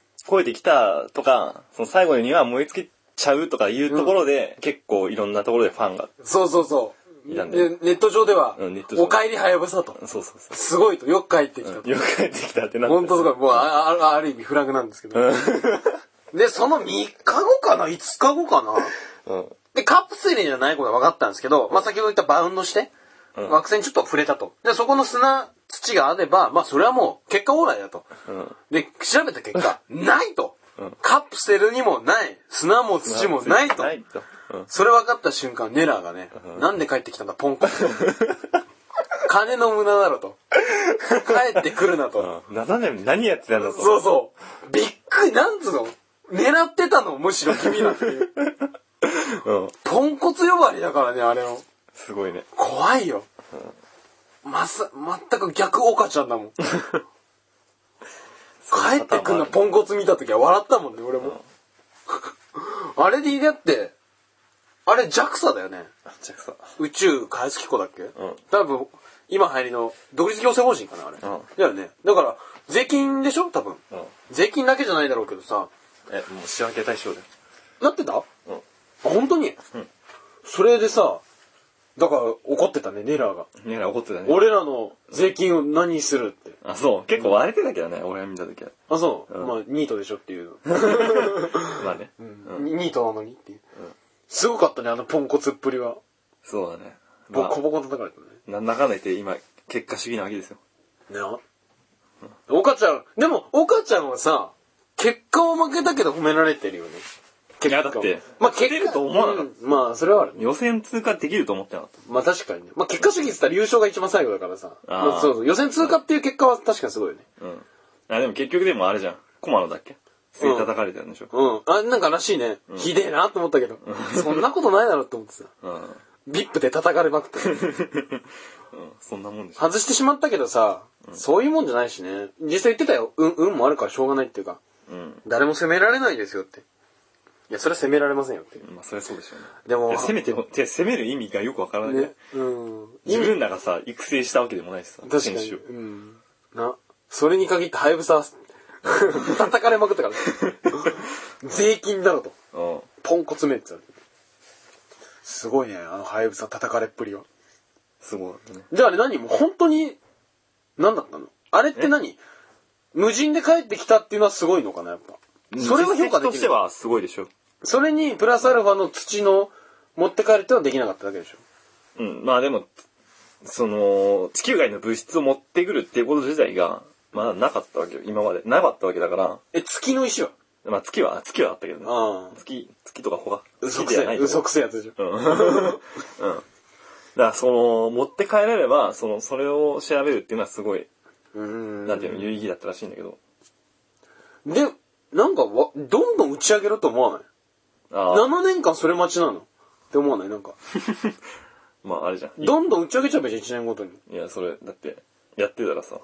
Speaker 1: えてきたとか、その最後には燃え尽きちゃうとかいうところで、結構いろんなところでファンが、
Speaker 2: そうそうそう。
Speaker 1: いた
Speaker 2: で
Speaker 1: んだよ
Speaker 2: ネット上では
Speaker 1: うんネット、上
Speaker 2: お帰りはやぶさと。
Speaker 1: そうそうそ
Speaker 2: すごいと、よく帰ってきたと
Speaker 1: う。。よく帰ってきたってなって。
Speaker 2: 本当すごい。もうあ、あある意味フラグなんですけど。で、その3日後かな ?5 日後かな
Speaker 1: うん。
Speaker 2: で、カプセルじゃないことは分かったんですけど、まあ、先ほど言ったバウンドして、惑星にちょっと触れたと。で、そこの砂、土があれば、まあ、それはもう、結果オーライだと。
Speaker 1: うん。
Speaker 2: で、調べた結果、ないと。カプセルにもない、砂も土もないと。
Speaker 1: ないと。うん。
Speaker 2: それ分かった瞬間、ネラーがね、なんで帰ってきたんだ、ポンコツ。金の無駄だろと。帰ってくるなと。
Speaker 1: 7年何やってたんだと。
Speaker 2: そうそう。びっくり、なんつうの狙ってたのむしろ君らっていう。
Speaker 1: うん。
Speaker 2: ポンコツ呼ばわりだからね、あれを。
Speaker 1: すごいね。
Speaker 2: 怖いよ。まさ、全く逆岡ちゃんだも ん。帰ってくんのポンコツ見た時は笑ったもんね、俺も。 あれでだって、あれ JAXA だよね。
Speaker 1: あ、ちゃくさ。
Speaker 2: 宇宙開発機構だっけ、
Speaker 1: ん
Speaker 2: 多分、今入りの独立行政法人かな、あれ。
Speaker 1: ん
Speaker 2: だよね。だから、税金でしょ多分。
Speaker 1: うん。
Speaker 2: 税金だけじゃないだろうけどさ、
Speaker 1: え、もう仕分け対象だよ。
Speaker 2: なってた
Speaker 1: うん。
Speaker 2: あ本当に、それでさだから怒ってたねネラーが
Speaker 1: みんな怒ってたね。
Speaker 2: 俺らの税金を何にするって
Speaker 1: あ、そう。結構割れてたけどね、俺が見た時は。
Speaker 2: あそう、
Speaker 1: うん
Speaker 2: まあニートでしょっていう、
Speaker 1: まあね。
Speaker 2: ニニートなのにっていう、すごかったねあのポンコツっぷりは
Speaker 1: そうだね。
Speaker 2: ボ
Speaker 1: まあ
Speaker 2: コボコ叩かれたね
Speaker 1: なんだかんだ言って今、結果主義なわけですよ。
Speaker 2: ね岡ちゃんでも岡ちゃんはさ結果は負けたけど褒められてるよね
Speaker 1: いや、だって、
Speaker 2: まあ結果
Speaker 1: 出ると思わなかっ
Speaker 2: うんまあそれはあるね
Speaker 1: 予選通過できると思ってなかっ
Speaker 2: まあ確かにねまあ結果主義って言ったら優勝が一番最後だからさ
Speaker 1: あー
Speaker 2: まあ、そうそう予選通過っていう結果は確かにすごいよね
Speaker 1: た。うん。あ、でも結局でもあれじゃん。コマのだっけ捨て叩かれてるんでしょ。
Speaker 2: うん。あ、なんからしいね。ひでえなと思ったけど。そんなことないだろって思ってた。
Speaker 1: うん。
Speaker 2: ビップで叩かれまくって。
Speaker 1: うんそんなもんでしょ。
Speaker 2: 外してしまったけどさ、そういうもんじゃないしね。実際言ってたよ。うん、運もあるからしょうがないっていうか。
Speaker 1: うん。
Speaker 2: 誰も責められないですよって。いや、それは責められませんよっていう。
Speaker 1: まあ、そりゃそうでしょうね。
Speaker 2: でも
Speaker 1: いや攻めても、て攻める意味がよくわからないね
Speaker 2: ね。。うん。
Speaker 1: 自分らがさ、育成したわけでもないしさ、
Speaker 2: 確か
Speaker 1: 選
Speaker 2: に。
Speaker 1: 手を
Speaker 2: うん。な。それに限って、ハイブ さ、叩かれまくった から。税金だろと。
Speaker 1: うん。
Speaker 2: ポンコツめって言われてすごいね、あのハイブさ叩かれっぷりは。
Speaker 1: すごいね。
Speaker 2: じゃああれ何もう本当に、何だったのあれって何無人で帰ってきたっていうのはすごいのかな、やっぱ。それは評価
Speaker 1: 実
Speaker 2: で
Speaker 1: 績と
Speaker 2: き
Speaker 1: して
Speaker 2: る。
Speaker 1: はすごいでしょ。
Speaker 2: それに、プラスアルファの土の持って帰るってのはできなかっただけでしょ。
Speaker 1: うん。まあでも、その、地球外の物質を持ってくるっていうこと自体が、まだなかったわけよ。今まで。なかったわけだから、
Speaker 2: え、月の石は
Speaker 1: まあ月は、月はあったけどね。
Speaker 2: ああ。
Speaker 1: 月、月とかほか。
Speaker 2: 嘘く
Speaker 1: 月じ
Speaker 2: せ
Speaker 1: ゃな
Speaker 2: え、
Speaker 1: いと
Speaker 2: 嘘くせえやつでしょ。
Speaker 1: うん。うん。だ から、その、持って帰れれば、その、それを調べるっていうのはすごい、
Speaker 2: うーん。
Speaker 1: なんていうの、有意義だったらしいんだけど。
Speaker 2: で、なんかわ、どんどん打ち上げろと思わない
Speaker 1: ああ、
Speaker 2: ?7 年間それ待ちなのって思わないなんか。
Speaker 1: まああれじゃん。
Speaker 2: どんどん打ち上げちゃえばいいじゃん、1年ごとに。
Speaker 1: いや、それ、だって、やってたらさ、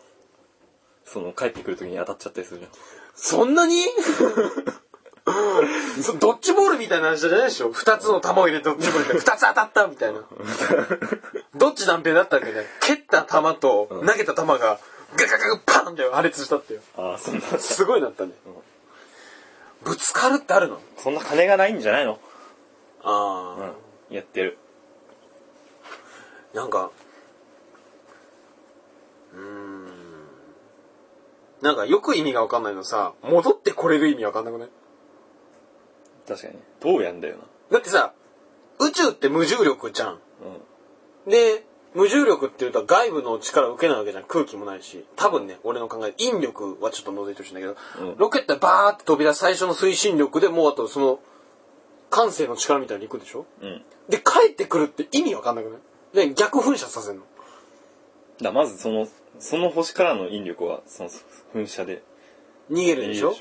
Speaker 1: その、帰ってくるときに当たっちゃったりするじゃん。
Speaker 2: そんなにそドッジボールみたいな話じゃないでしょ二つの球を入れてドッジボールみたいな。二つ当たったみたいな。どっち断片だったんだよね。蹴った球と投げた球がガガガガパーンって破裂したっていう。
Speaker 1: ああ、そんな、
Speaker 2: すごいなったね。ぶつかるってあるの
Speaker 1: そんな金がないんじゃないのう
Speaker 2: あ
Speaker 1: ん。やってる。
Speaker 2: あ、なんか、うーん。なんかよく意味がわかんないのさ、戻ってこれる意味わかんなくない
Speaker 1: 確かに。どうやんだよな。
Speaker 2: だってさ、宇宙って無重力じゃん。
Speaker 1: うん。
Speaker 2: で、無重力っていうと外部の力を受けないわけじゃん。空気もないし。多分ね、俺の考え、引力はちょっと覗いてほしいんだけど、
Speaker 1: うん
Speaker 2: ロケットバーって飛び出す最初の推進力でもうあとその、感性の力みたいに行くでしょ
Speaker 1: うん。だか
Speaker 2: で、帰ってくるって意味わかんなくないで、逆噴射させるの。
Speaker 1: らまずその、その星からの引力は、その、噴射で、
Speaker 2: 逃げるでしょ
Speaker 1: いい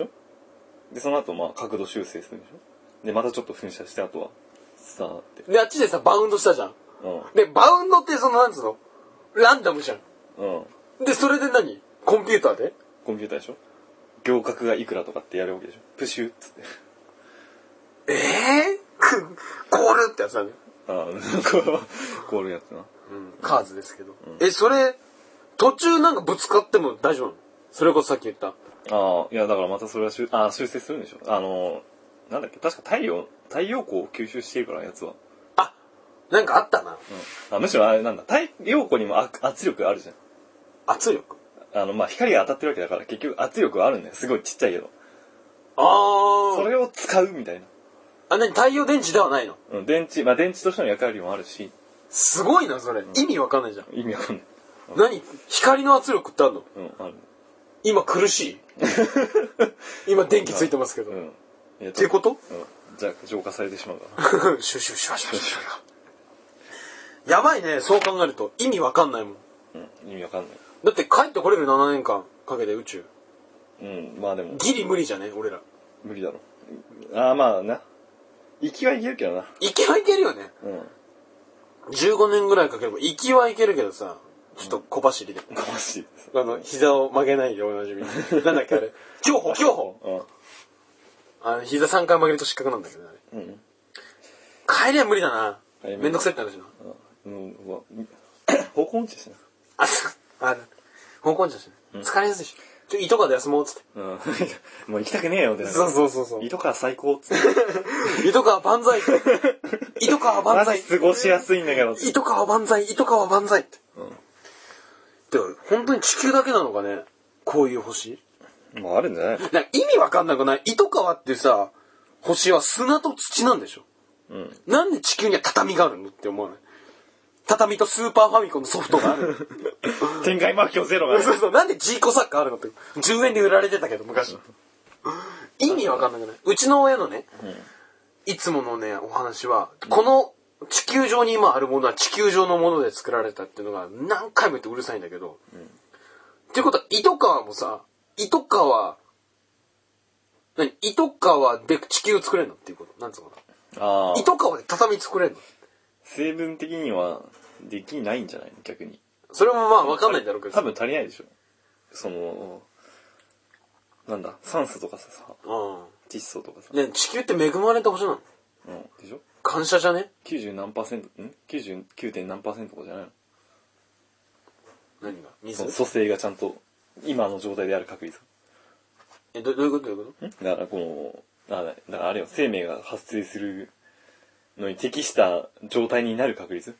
Speaker 1: でその後まあ角度修正するでしょでまたちょっと噴射してあとはさーって
Speaker 2: で、あっちでさ、バウンドしたじゃん。
Speaker 1: う
Speaker 2: で、バウンドってその、なんつうのランダムじゃん。
Speaker 1: んうん
Speaker 2: で、それで何コンピューターで
Speaker 1: コンピューターでしょ行革がいくらとかってやるわけでしょプシュッつって
Speaker 2: ええー、コールってやつだね。
Speaker 1: ああ こうこうるやつな
Speaker 2: カーズですけど。え、それ、途中なんかぶつかっても大丈夫なのそれこそさっき言った。
Speaker 1: ああいやだからまたそれは修あー修正するんでしょあのーなんだっけ確か太陽太陽光を吸収してるからやつは、
Speaker 2: あ、なんかあったな。
Speaker 1: うん、あむしろあれなんだ太陽光にもあ圧力があるじゃん
Speaker 2: 圧力。
Speaker 1: あのまあ光が当たってるわけだから結局圧力はあるんだよすごいちっちゃいけど
Speaker 2: あ
Speaker 1: そ
Speaker 2: ー。
Speaker 1: れを使うみたいな、
Speaker 2: あ、なに太陽電池ではないの
Speaker 1: うん、電池まあ電池としての役割もあるし
Speaker 2: すごいな、それ。意味わかんないじゃん。
Speaker 1: 意味わかんない
Speaker 2: 何光の圧力ってあるの
Speaker 1: うんある
Speaker 2: 今苦し い今電気ついてますけど。
Speaker 1: う
Speaker 2: っ
Speaker 1: んいや
Speaker 2: ていうこと
Speaker 1: うんじゃあ浄化されてしまうから
Speaker 2: シュシュシュシュシュシュやばいね、そう考えると。意味わかんないもん。
Speaker 1: うん、意味わかんない。
Speaker 2: だって帰ってこれる7年間かけて宇宙。
Speaker 1: うん、まあでも、
Speaker 2: ギリ無理じゃね俺ら。
Speaker 1: 無理だろ。ああ、まあな。行きはいけるけどな。
Speaker 2: 行けはいけるよね。
Speaker 1: うん。
Speaker 2: 15年ぐらいかければ、行きはいけるけどさ、ちょっと小走りで。
Speaker 1: かましい。
Speaker 2: あの、膝を曲げないでおなじみ。 なんだっけあれ。競歩、競歩
Speaker 1: う
Speaker 2: あの、膝3回曲げると失格なんだけどね。
Speaker 1: ん。うん。
Speaker 2: 帰りは無理だな。
Speaker 1: 帰りは無理
Speaker 2: めんどくさいって話な。
Speaker 1: うん、うわ、 み方向音痴ですね。
Speaker 2: あ、すあの、香港じゃし、疲れやすいし。ちょ、糸川で休もうっつって。
Speaker 1: うん。 もう行きたくねえよ、みたいな。
Speaker 2: そうそうそうそう。
Speaker 1: 糸から最高っつっ て。
Speaker 2: 糸川万歳糸川万
Speaker 1: マ
Speaker 2: 歳
Speaker 1: ジ過ごしやすいんだけど。
Speaker 2: 糸川万歳糸川万歳って。でも、本当に地球だけなのかねこういう星
Speaker 1: まああるんじゃない
Speaker 2: なんか意味わかんなくない糸川ってさ、星は砂と土なんでしょ
Speaker 1: うん。
Speaker 2: なんで地球には畳があるのって思わない畳とスーパーファミコンのソフトがある。
Speaker 1: 展開魔境ゼロが
Speaker 2: そうそう、なんでジーコサッカーあるのって。10円で売られてたけど、昔。意味わかんなくないうちの親のね、いつものね、お話は、この地球上に今あるものは地球上のもので作られたっていうのが何回も言ってうるさいんだけど。っていうことは、糸川もさ、糸川、何糸川で地球作れるのっていうこと。なんつうのか
Speaker 1: あ
Speaker 2: な
Speaker 1: あ。
Speaker 2: 糸川で畳作れるの
Speaker 1: 成分的には、できないんじゃない逆に。
Speaker 2: それもまあわかんないんだろうけど。
Speaker 1: 多分足りないでしょ。その、なんだ、酸素とかさ、
Speaker 2: う
Speaker 1: 窒素とかさ。
Speaker 2: ん。ね地球って恵まれた星なの
Speaker 1: うん。でしょ
Speaker 2: 感謝じゃね
Speaker 1: 90何パーセントん99点何パーセントかじゃないの
Speaker 2: 何が水
Speaker 1: その蘇生がちゃんと今の状態である確率
Speaker 2: えどどういうことどういうこ
Speaker 1: んだからこのあだからあれよ生命が発生するのに適した状態になる確率
Speaker 2: と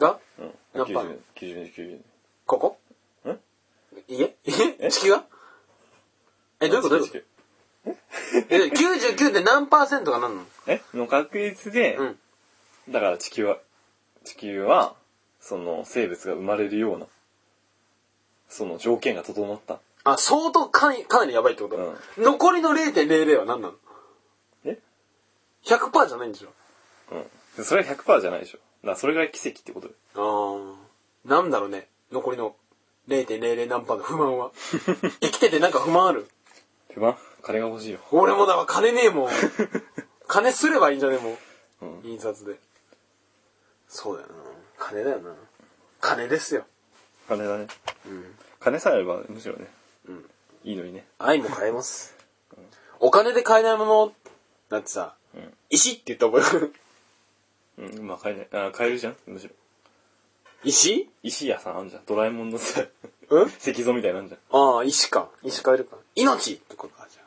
Speaker 2: が
Speaker 1: うん
Speaker 2: 何パー
Speaker 1: 90 99
Speaker 2: ここ
Speaker 1: ん
Speaker 2: いええ 地球がえどういうことどういうことえ99で何パーセントがなんの
Speaker 1: えの確率で、
Speaker 2: うん
Speaker 1: だから地球は地球はその生物が生まれるようなその条件が整った
Speaker 2: あ相当かなかなりやばいってこと、
Speaker 1: う
Speaker 2: 残りの0.00は何なの
Speaker 1: え
Speaker 2: 100%じゃないんでしょ
Speaker 1: うんでそれは100%じゃないでしょだからそれが奇跡ってことよ
Speaker 2: ああなんだろうね残りの0.00何パーの不満 は生きててなんか不満ある
Speaker 1: 不満金が欲しいよ
Speaker 2: 俺もだから金ねえ もん金すればいいんじゃねえもん
Speaker 1: うん
Speaker 2: 印刷でそうだよな金だよな金ですよ
Speaker 1: 金だね
Speaker 2: うん
Speaker 1: 金さえあればむしろね
Speaker 2: うん
Speaker 1: いいのにね
Speaker 2: 愛も買えます、お金で買えないものだってさ、
Speaker 1: ん
Speaker 2: 石って言った覚えある
Speaker 1: うんまあ買えないあ買えるじゃんむしろ
Speaker 2: 石
Speaker 1: 石屋さんあんじゃんドラえもんの さ
Speaker 2: うん
Speaker 1: 石像みたいなんじゃん
Speaker 2: ああ石か石買えるか命ってことかじ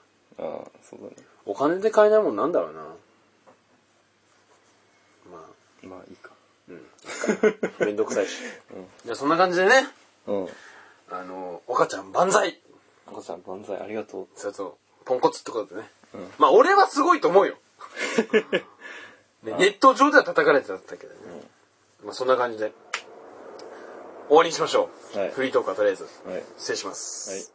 Speaker 2: ゃあ
Speaker 1: ああそうだね
Speaker 2: お金で買えないもんなんだろうなま
Speaker 1: まあいいか
Speaker 2: あめんど くさいし、じゃあそんな感じでね
Speaker 1: うん
Speaker 2: あの岡ちゃん万歳
Speaker 1: 赤ちゃん万歳ありがと
Speaker 2: それとポンコツってことでね、
Speaker 1: うん
Speaker 2: まあ俺はすごいと思 うよ、ね、ネット上では叩かれてたんだけどね、まあそんな感じで終わりにしましょう、
Speaker 1: はい
Speaker 2: フリートークはとりあえず
Speaker 1: うはいはい
Speaker 2: 失礼します、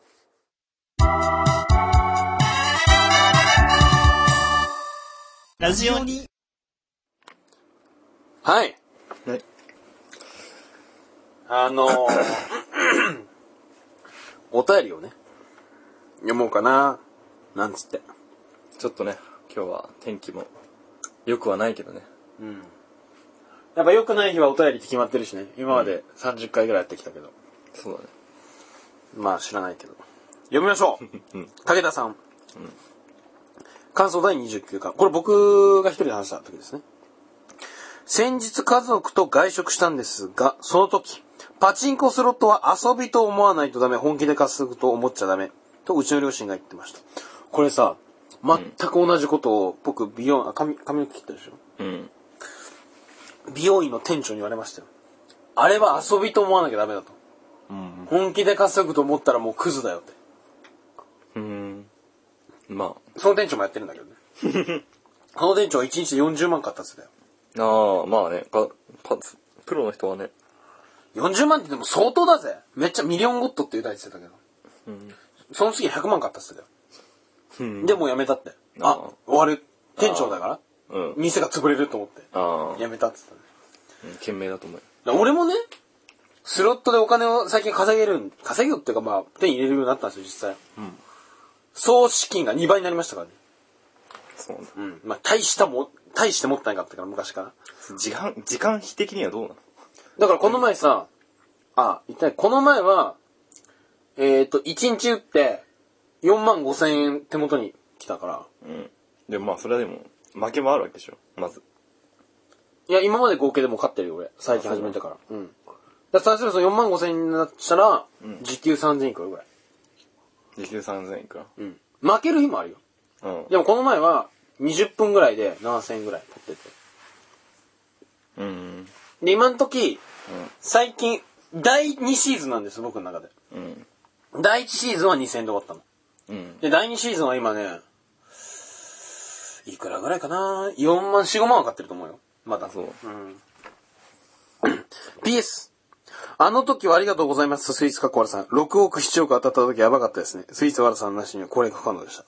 Speaker 4: ラジオに。
Speaker 2: はい。
Speaker 1: はい
Speaker 2: あのーお便りをね、読もうかな。なんつって。
Speaker 1: ちょっとね、今日は天気も良くはないけどね。
Speaker 2: やっぱ良くない日はお便りって決まってるしね。今まで30回ぐらいやってきたけど。
Speaker 1: そうだね。
Speaker 2: まあ知らないけど。読みましょう武田さん。感想第29巻。これ僕が一人で話した時ですね。先日家族と外食したんですが、その時、パチンコスロットは遊びと思わないとダメ、本気で稼ぐと思っちゃダメ、とうちの両親が言ってました。これさ、全く同じことを僕、美容、あ髪、髪の毛切ったでしょ
Speaker 1: うん。
Speaker 2: 美容院の店長に言われましたよ。あれは遊びと思わなきゃダメだと。本気で稼ぐと思ったらもうクズだよって。
Speaker 1: うん。ま
Speaker 2: その店長もやってるんだけどね。 あの店長は1日で40万買ったっつって
Speaker 1: あ、ああ、まあね、かパプロの人はね、
Speaker 2: たよ。40万ってでも相当だぜめっちゃミリオンゴッドっていう台って言ってたけど。その次100万買ったっつってたよ。で、もうやめたって。あ
Speaker 1: あ、
Speaker 2: 俺、店長だから
Speaker 1: うん。
Speaker 2: 店が潰れると思っ
Speaker 1: あ
Speaker 2: て。
Speaker 1: あ、
Speaker 2: やめたっつってたね
Speaker 1: うん賢明だと思うよ。
Speaker 2: だから俺もね、スロットでお金を最近稼げるん、稼げるっていうかまあ、手に入れるようになったんですよ、実際。総資金が2倍になりましたからね。
Speaker 1: そうなんだ。
Speaker 2: うん。まあ、大したも、大して持ってなかったから、昔から。
Speaker 1: 時間、時間比的にはどうなの
Speaker 2: だからこの前さ、あ、一体この前は、えっ、と、1日打って、4万5千円手元に来たから、
Speaker 1: うん。でもまあ、それはでも、負けもあるわけでしょ。まず。
Speaker 2: いや、今まで合計でも勝ってるよ、俺。最近始めてから。うん。だから、最初その4万5千円になったら、時給3千いくらぐらい。
Speaker 1: 時給3000いくら。
Speaker 2: うん。負ける日もあるよ。
Speaker 1: うん。
Speaker 2: でもこの前は、20分ぐらいで7千円ぐらい取ってて。
Speaker 1: うん。
Speaker 2: で、今の時、最近、第2シーズンなんです、僕の中で。
Speaker 1: うん。
Speaker 2: 第1シーズンは2千円で終わったの。
Speaker 1: うん。
Speaker 2: で、第2シーズンは今ね、いくらぐらいかな4万、4、5万は買ってると思うよ。まだ。
Speaker 1: そう。
Speaker 2: ん。PS。あの時はありがとうございます。スイーツかっこわらさん。6億、7億当たった時やばかったですね。スイーツわらさんなしにはこれが不可能でした。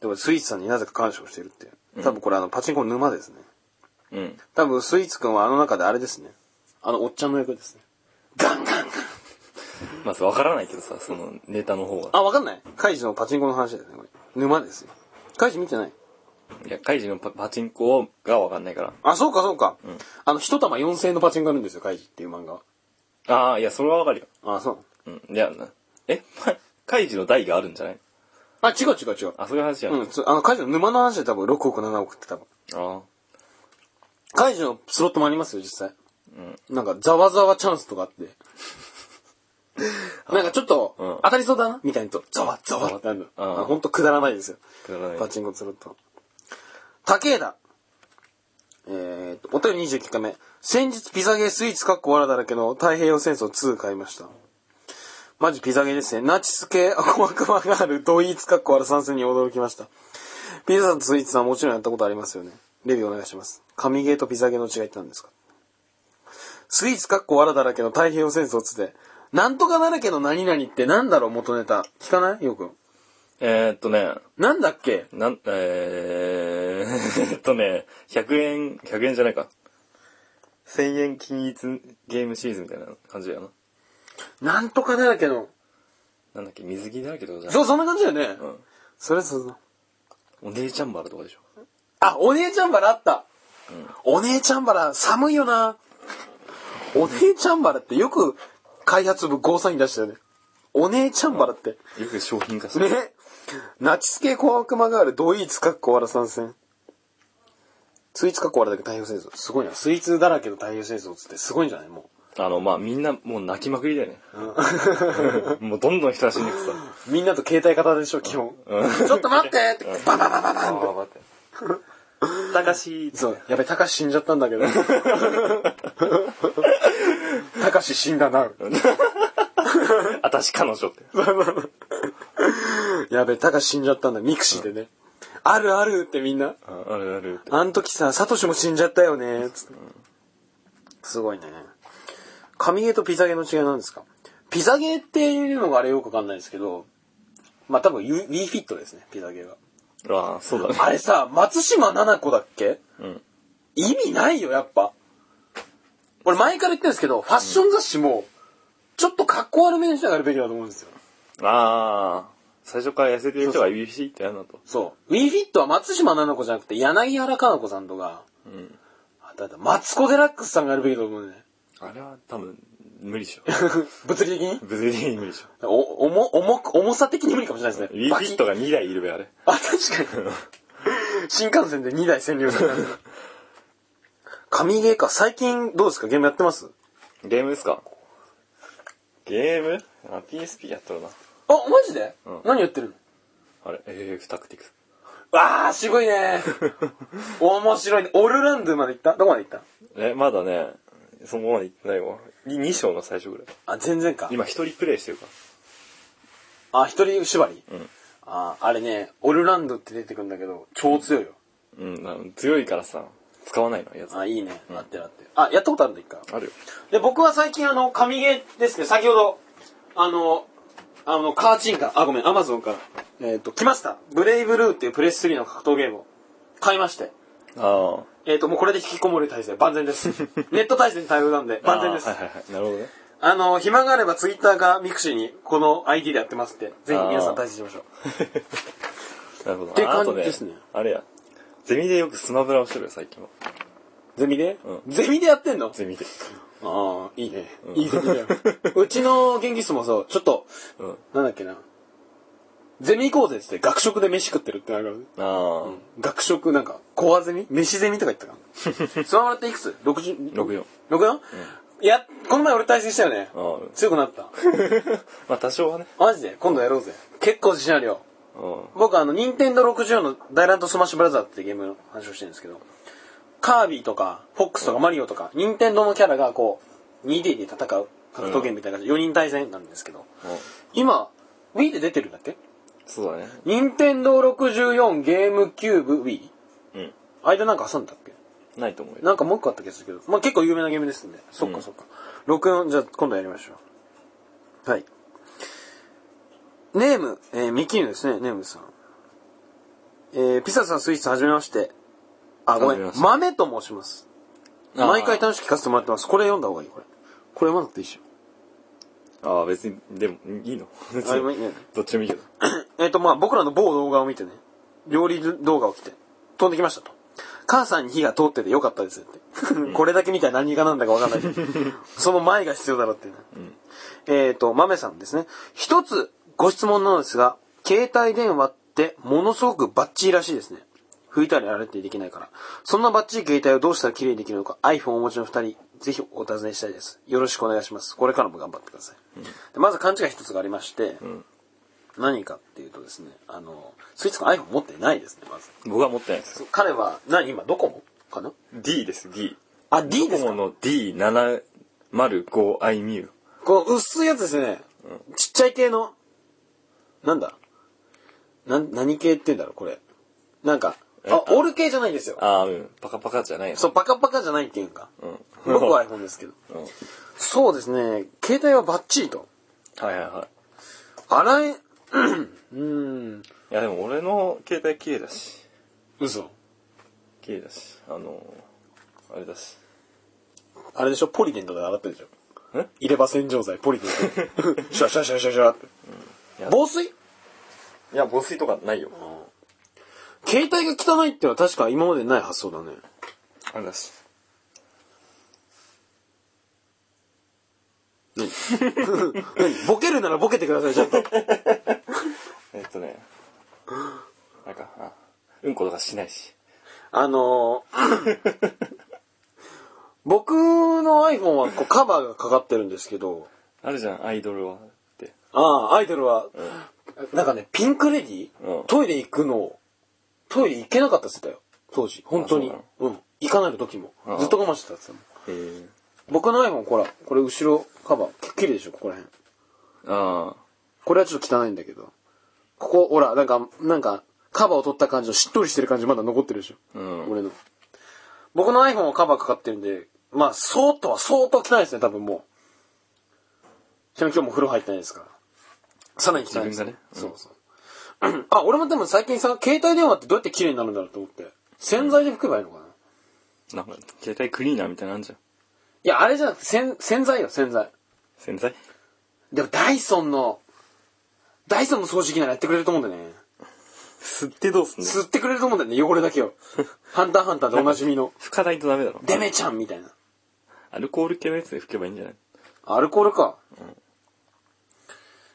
Speaker 2: でもスイーツさんになぜか感謝をしているっていう。多分これあの、パチンコの沼ですね。
Speaker 1: うん。
Speaker 2: 多分スイーツくんはあの中であれですね。あの、おっちゃんの役ですね。ガンガンガン。
Speaker 1: まず、わからないけどさ、その、ネタの方は。
Speaker 2: あ、わかんない。カイジのパチンコの話ですね、これ。沼ですよ。カイジ見てない
Speaker 1: いや、カイジのパパチンコがわかんないから。
Speaker 2: あ、そうかそうか。あの、一玉4000円のパチンコあるんですよ、カイジっていう漫画は。
Speaker 1: ああ、いや、それはわかるよ。
Speaker 2: あ、そう。
Speaker 1: うん。いや、なえ、まカイジの台があるんじゃない
Speaker 2: あ、違う違う違う。
Speaker 1: あ、そういう話じゃん。
Speaker 2: うん、つあの、カイジの沼の話で多分6億7億って多分。
Speaker 1: ああ。
Speaker 2: カイジのスロットもありますよ、実際。なんか、ざわざわチャンスとかあ って。なんかちょっと、
Speaker 1: うん
Speaker 2: 当たりそうだな、みたいにと、ざわざわってなる
Speaker 1: うん
Speaker 2: の。ほんとくだらないですよ。
Speaker 1: くだらない
Speaker 2: パ。チンコスロット。竹枝。えーと、お便り29回目。先日ピザゲースイーツかっこわらだらけの太平洋戦争2買いました。マジピザゲーですね。ナチス系悪魔クマがある同イーツかっこわら参戦に驚きました。ピザさんとスイーツさんはもちろんやったことありますよね。レビューお願いします。神ゲーとピザゲーの違いって何ですかスイーツかっこわらだらけの太平洋戦争2で、なんとかだらけの何々ってなんだろう元ネタ。聞かないよく。
Speaker 1: えー、っとね、
Speaker 2: なんだっけ
Speaker 1: なん、えー、えっとね、100円、100円じゃないか。1000円均一ゲームシリーズみたいな感じだよな。
Speaker 2: なんとかだらけの。
Speaker 1: なんだっけ、水着だらけとかじゃない
Speaker 2: そう、そんな感じだよね。
Speaker 1: うん。
Speaker 2: それそうそう。
Speaker 1: お姉ちゃんバラとかでしょ。
Speaker 2: あ、お姉ちゃんバラあった。お姉ちゃんバラ、寒いよな。お姉ちゃんバラってよく開発部5 3に出したよね。お姉ちゃんバラって。
Speaker 1: よく商品化して
Speaker 2: ね。ナチス系小悪魔ガール、ドイーツかっこわら参戦。スイーツかっこわらだけ太平洋戦争。すごいな。スイーツだらけの太平洋戦争っつってすごいんじゃないも
Speaker 1: あの、まあ、みんなもう泣きまくりだ よね。もうどんどん親しんでくさ。
Speaker 2: う。みんなと携帯型でしょ、基本。ちょっと待ってって、バババババンって。
Speaker 1: 待って。たかし、
Speaker 2: そう、やべ、たかし死んじゃったんだけど。たかし死んだな。
Speaker 1: あたし彼女って。
Speaker 2: やべ、たかし死んじゃったんだ。ミクシーでね。あるあるってみんな。
Speaker 1: ああるあるって。
Speaker 2: あの時さ、サトシも死んじゃったよね。つってすごいね。神ゲーとピザゲーの違いなんですかピザゲーっていうのがあれよくわかんないですけど、まあ多分 Wii Fit ですね、ピザゲーは。
Speaker 1: ああ、そうだね。
Speaker 2: あれさ、松島奈々子だっけ
Speaker 1: うん。
Speaker 2: 意味ないよ、やっぱ。俺前から言ってるんですけど、ファッション雑誌も、ちょっと格好悪めの人がやるべきだと思うんですよ。
Speaker 1: ああ、最初から痩せてる人が UFC ってやるなと。
Speaker 2: そう。ウィーフィットは松島菜々子じゃなくて柳原加奈子さんとか、
Speaker 1: うん。
Speaker 2: あとあとマツコデラックスさんがやるべきだと思うね。
Speaker 1: あれは多分、無理でしょ。
Speaker 2: 物理的に
Speaker 1: 物理的に無理でしょ。
Speaker 2: お、重、重く、重さ的に無理かもしれないです
Speaker 1: ウ
Speaker 2: ね。
Speaker 1: ィーフィット
Speaker 2: バ
Speaker 1: が2台いるべ、あれ。
Speaker 2: キあ、 確かに。新幹線で2台占領された。神ゲーか。最近どうですかゲームやってます
Speaker 1: ゲームですかゲームあ、PSP やっとるな。
Speaker 2: あ、マジで、
Speaker 1: ん
Speaker 2: 何やってるの
Speaker 1: あれ、FF タクティクス。
Speaker 2: わー、渋い ね面白いね。オルランドまで行ったどこまで行った
Speaker 1: え、まだね、そこまで行ってないわ。2章の最初ぐらい。
Speaker 2: あ、全然か。
Speaker 1: 今一人プレイしてるか
Speaker 2: あ、一人縛り、
Speaker 1: ん
Speaker 2: あ、あれね、オルランドって出てくるんだけど、超強いよ。
Speaker 1: ら。うん、あの強いからさ、使わないの、やつ。
Speaker 2: あ、いいね。なってるなってる。あ、やったことあるんだ、一回。
Speaker 1: あるよ。
Speaker 2: で、僕は最近あの、神ゲーですけど、先ほど、あの、あの、カーチンから、あ、ごめん、アマゾンから、えっ、と、来ました。ブレイブルーっていうプレス3の格闘ゲームを買いまして。
Speaker 1: あ
Speaker 2: えっ、と、もうこれで引きこもる体制、万全 です。ネット体制に対応なんで、
Speaker 1: あ。
Speaker 2: 万全です。
Speaker 1: あーはいはいはい。なるほどね。
Speaker 2: あの、暇があればツイッターかミクシーにこの ID でやってますって、ぜひ皆さん大切にしましょう。
Speaker 1: なるほど。
Speaker 2: て感じ
Speaker 1: ああと
Speaker 2: ですね
Speaker 1: あれや。ゼミでよくスマブラをしてるよ、最近は。
Speaker 2: ゼミで、
Speaker 1: うん
Speaker 2: ゼミでやってんの
Speaker 1: ゼミで。
Speaker 2: ああ、いいね。いいゼミだ よ。うちの元気室もそう、ちょっと、
Speaker 1: うん。
Speaker 2: なんだっけな。ゼミ行こうぜっつって学食で飯食ってるってなるからね。
Speaker 1: ああ、
Speaker 2: 学食なんか、コアゼミ飯ゼミとか言った かな。スマブラっていくつ ?60、
Speaker 1: 64。
Speaker 2: 64、いや、この前俺対戦したよね
Speaker 1: あ。ー
Speaker 2: 強くなった。
Speaker 1: まあ多少はね。
Speaker 2: マジで今度やろうぜ。結構自信あるよ。
Speaker 1: うん。
Speaker 2: 僕あの、任天堂64のダイランドスマッシュブラザーズってゲームの話をしてるんですけど、カービィとか、フォックスとかマリオとか、任天堂のキャラがこう、2D で戦う格闘ゲームみたいな感じで4人対戦なんですけど、
Speaker 1: うん
Speaker 2: 今、Wii で出てるんだっけ
Speaker 1: そうだね。
Speaker 2: 任天堂64ゲームキューブ Wii?
Speaker 1: うん。
Speaker 2: 間なんか挟んだっけ
Speaker 1: ないと思うよ。
Speaker 2: なんかもう一個あった気がするけど、まあ結構有名なゲームですんで。そっかそっか。64、じゃあ今度やりましょう。はい。ネーム、えー、ミキーヌですね、ネームさん。えー、ピサさんスイーツはじめまして。あ、ごめ
Speaker 1: はじめ
Speaker 2: ん
Speaker 1: まし。て
Speaker 2: 豆と申します。
Speaker 1: あー
Speaker 2: 毎回楽しく聞かせてもらってます。これ読んだ方がいい、これ。これ読まなくていいっし
Speaker 1: ああ、別に、でも、いいの別
Speaker 2: ょ。あ、いい
Speaker 1: に。
Speaker 2: ね。
Speaker 1: どっちでもいいけど。
Speaker 2: えっ、と、まあ、僕らの某動画を見てね、料理動画を来て、飛んできましたと。母さんに火が通っててよかったですって。これだけ見たら何がなんだかわかんないけど。その前が必要だろっていうね。えっ、と、豆さんですね。一つご質問なのですが、携帯電話ってものすごくバッチリらしいですね。拭いたり洗ってできないから。そんなバッチリ携帯をどうしたら綺麗にできるのか、iPhone をお持ちの二人、ぜひお尋ねしたいです。よろしくお願いします。これからも頑張ってください。でまず勘違い一つがありまして、何かっていうとですね、あの、スイーツが iPhone 持ってないですね、まず。
Speaker 1: 僕は持ってないです。
Speaker 2: 彼は、何今、ドコモかな
Speaker 1: D です、D。
Speaker 2: あ、D です
Speaker 1: ドコモ
Speaker 2: か
Speaker 1: の D705iMU。
Speaker 2: この薄いやつですね。ちっちゃい系の、なんだなん、何系って言うんだろう、これ。なんか、
Speaker 1: え
Speaker 2: あ
Speaker 1: あ、
Speaker 2: オール系じゃないんですよ。
Speaker 1: ああ、うん。パカパカじゃないの。
Speaker 2: そう、パカパカじゃないっていうんか。
Speaker 1: うん。
Speaker 2: 僕は iPhone ですけど。
Speaker 1: うん。はい
Speaker 2: そうですね、携帯はバッチリと。
Speaker 1: はいは
Speaker 2: 洗え、うん、
Speaker 1: い。いや、でも俺の携帯綺麗だし。
Speaker 2: 嘘。
Speaker 1: 綺麗だし。あのー、あれだし。
Speaker 2: あれでしょ、ポリデントで洗ってるでしょ。
Speaker 1: え
Speaker 2: 入れ歯洗浄剤、ポリデン ト。シュワシュワシュワシュワシュワって
Speaker 1: いや。
Speaker 2: 防水
Speaker 1: いや、防水とかないよ。
Speaker 2: 携帯が汚いってのは確か今までない発想だ ね。
Speaker 1: あれだし。
Speaker 2: 何ボケるならボケてください、ちゃんと。
Speaker 1: えっとね。なんか、あ、うんことかしないし。
Speaker 2: あの ー僕の iPhone はこうカバーがかかってるんですけど、
Speaker 1: あるじゃん、アイドルは。って。
Speaker 2: ああ、アイドルは、なんかね、ピンクレディ、
Speaker 1: うん
Speaker 2: トイレ行くの、トイレ行けなかったっつったよ。当時、本当に。
Speaker 1: あ
Speaker 2: う
Speaker 1: そ
Speaker 2: ん。行かないの時も
Speaker 1: あ。あ
Speaker 2: ずっと我慢してたっつったもん
Speaker 1: へえ。
Speaker 2: 僕の iPhone、ほら、これ後ろカバー、き綺麗でしょ、ここら辺。
Speaker 1: ああ。
Speaker 2: これはちょっと汚いんだけど。ここ、ほら、なんか、なんか、カバーを取った感じのしっとりしてる感じまだ残ってるでしょ。
Speaker 1: うん
Speaker 2: 俺の。僕の iPhone はカバーかかってるんで、まあ、相当は相当汚いですね、多分もう。ちなみに今日も風呂入ってないですから。さらに汚いです
Speaker 1: 自分がねうん
Speaker 2: そうそう。 あ、俺もでも最近さ、携帯電話ってどうやって綺麗になるんだろうと思って。洗剤で拭けばいいのかな、い
Speaker 1: なんか、携帯クリーナーみたいなのあんじゃん。
Speaker 2: や、あれじゃなくて、洗洗剤よ、洗剤。
Speaker 1: 洗剤
Speaker 2: でもダイソンの、ダイソンの掃除機ならやってくれると思うんだよね。
Speaker 1: 吸ってどうすんの
Speaker 2: 吸ってくれると思うんだよね、汚れだ けを。ハンターハンターでおなじみの、
Speaker 1: 拭かないとダメだろ。
Speaker 2: デメちゃんみたいな。
Speaker 1: アルコール系のやつで拭けばいいんじゃない
Speaker 2: アルコールか。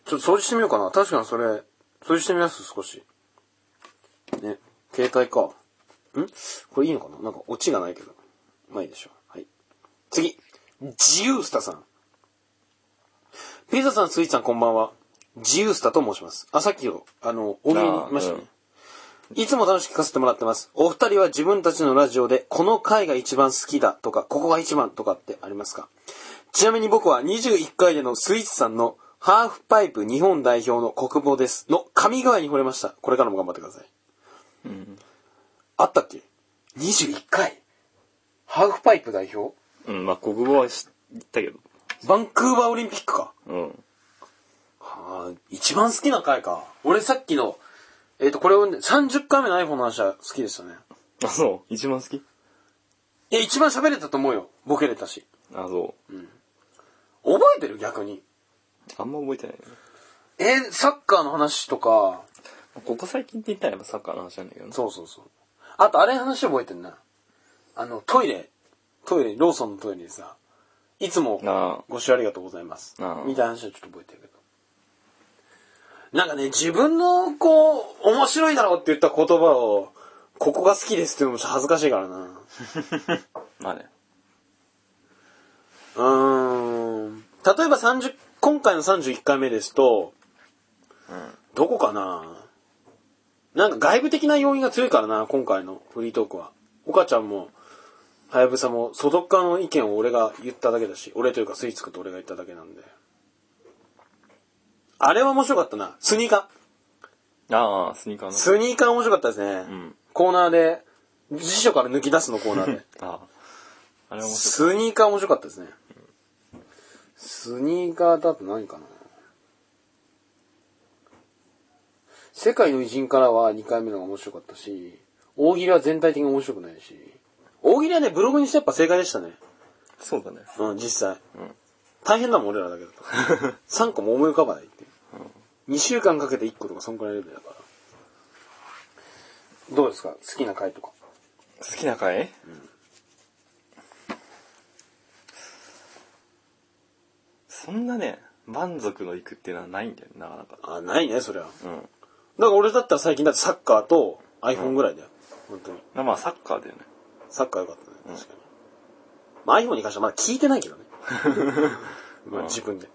Speaker 2: ちょっと掃除してみようかな。確かにそれ、掃除してみます、少し。ね、携帯か。んこれいいのかななんかオチがないけど。まあいいでしょう。はい。次。自由スタさん。ピザさん、スイーツさん、こんばんは。自由スタと申します。あ、さっきを、あの、お見えにいましたね。いつも楽しく聞かせてもらってます。お二人は自分たちのラジオで、この回が一番好きだとか、ここが一番とかってありますかちなみに僕は21回でのスイーツさんの、ハーフパイプ日本代表の国防です。の、神具合に惚れました。これからも頑張ってください。あったっけ ?21 回ハーフパイプ代表
Speaker 1: うん、まあ国語は知ったけど。
Speaker 2: バンクーバーオリンピックか。
Speaker 1: うん。
Speaker 2: はあ、一番好きな回か。俺さっきの、えっ、と、これを、ね、30回目の iPhone の話は好きでしたね。
Speaker 1: あ、そう一番好き
Speaker 2: いや、一番喋れたと思うよ。ボケれたし。
Speaker 1: あ、そう。
Speaker 2: 覚えてる逆に。
Speaker 1: あんま覚えてないね。
Speaker 2: えーサッカーの話とか、
Speaker 1: ここ最近って言ったらやっぱサッカーの話なんだけどね。
Speaker 2: そうそうそう。あと、あれの話覚えてんな。あの、トイレ、トイレ、ローソンのトイレでさ、いつも
Speaker 1: ああ
Speaker 2: ご視聴ありがとうございます。
Speaker 1: ああ
Speaker 2: みたいな話はちょっと覚えてるけど。なんかね、自分の、こう、面白いだろうって言った言葉を、ここが好きですっていうのもちょっと恥ずかしいからな。
Speaker 1: まあね。
Speaker 2: うーん。例えば30、今回の31回目ですと、どこかななんか外部的な要因が強いからな、今回のフリートークは。岡ちゃんも、はやぶさも、外側の意見を俺が言っただけだし、俺というかスイーツくと俺が言っただけなんで。あれは面白かったな。スニーカー。
Speaker 1: ああ、スニーカーの。
Speaker 2: スニーカー面白かったですね。
Speaker 1: ん
Speaker 2: コーナーで、辞書から抜き出すのコーナーで。
Speaker 1: ああ。あれ面白い。
Speaker 2: スニーカー面白かったですね。スニーカーだと何かな世界の偉人からは2回目のが面白かったし、大喜利は全体的に面白くないし、大喜利はね、ブログにしてやっぱ正解でしたね。
Speaker 1: そうだね。
Speaker 2: うん、実際。大変だもん、俺らだけだと。3個も 思い浮かばないっていう。2週間かけて1個とか、そんくらいレベルだから。どうですか好きな回とか。
Speaker 1: 好きな回そんなね、満足のいくっていうのはないんだよね、なかなか。
Speaker 2: あ、ないね、そりゃ。
Speaker 1: うん。
Speaker 2: だから俺だったら最近だってサッカーと iPhone ぐらいだよ。本当に。
Speaker 1: まあまあサッカーだよね。
Speaker 2: サッカー良かったね、確かに。まあ iPhone に関してはまだ聞いてないけど ね。まあ自分で。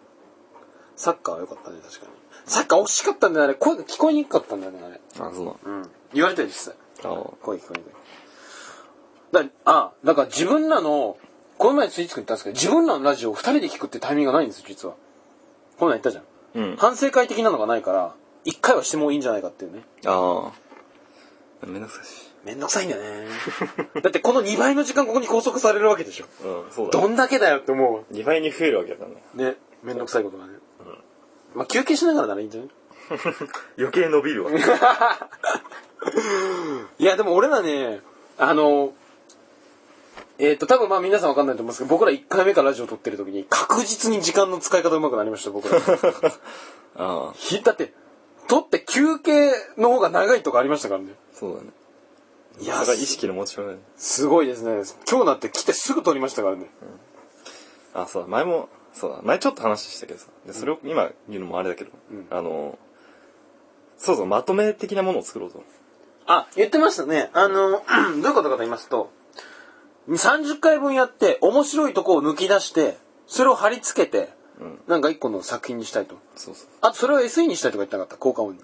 Speaker 2: サッカーは良かったね、確かに。サッカー惜しかったんだよ、あれ。声が聞こえにくかったんだよね、あれ。
Speaker 1: あ、そうなの。
Speaker 2: うん。言われたよ、実際。
Speaker 1: あ
Speaker 2: 声聞こえにくい。だあ、だから自分らの、この前スイーツ君言ったんですけど、自分らのラジオを二人で聞くってタイミングがないんですよ、実は。この前言ったじゃん。
Speaker 1: うん
Speaker 2: 反省会的なのがないから、一回はしてもいいんじゃないかっていうね。
Speaker 1: あ。ああ。めんどくさいし。
Speaker 2: めんどくさいんだよね。だってこの2倍の時間ここに拘束されるわけでしょ。
Speaker 1: うん、そうだ、
Speaker 2: ど
Speaker 1: ね。
Speaker 2: んだけだよって思
Speaker 1: 2倍に増えるわけだからね。
Speaker 2: う。ね、めんどくさいことがね。まあ休憩しながらならいいんじゃない
Speaker 1: 余計伸びるわ。
Speaker 2: いや、でも俺らね、あの、えっ、と、多分まあ皆さんわかんないと思いますけど、僕ら1回目からラジオ撮ってる時に確実に時間の使い方上手くなりました、僕 ら。
Speaker 1: ああ、
Speaker 2: ひだって、撮って休憩の方が長いとかありましたからね。
Speaker 1: そうだね。
Speaker 2: い
Speaker 1: そ
Speaker 2: や
Speaker 1: れ、が意識の持ちようだよね。
Speaker 2: すごいですね。今日なって来てすぐ撮りましたからね。
Speaker 1: あ、そうだ、前も、そうだ、前ちょっと話したけどさ。で、それを今言うのもあれだけど、あの、そうそう、まとめ的なものを作ろうと。
Speaker 2: あ、言ってましたね。あの、 どういうことかと言いますと、30回分やって、面白いとこを抜き出して、それを貼り付けて、なんか一個の作品にしたいと。
Speaker 1: そうそう。
Speaker 2: あと、それを SE にしたいとか言ってなかった、効果音に。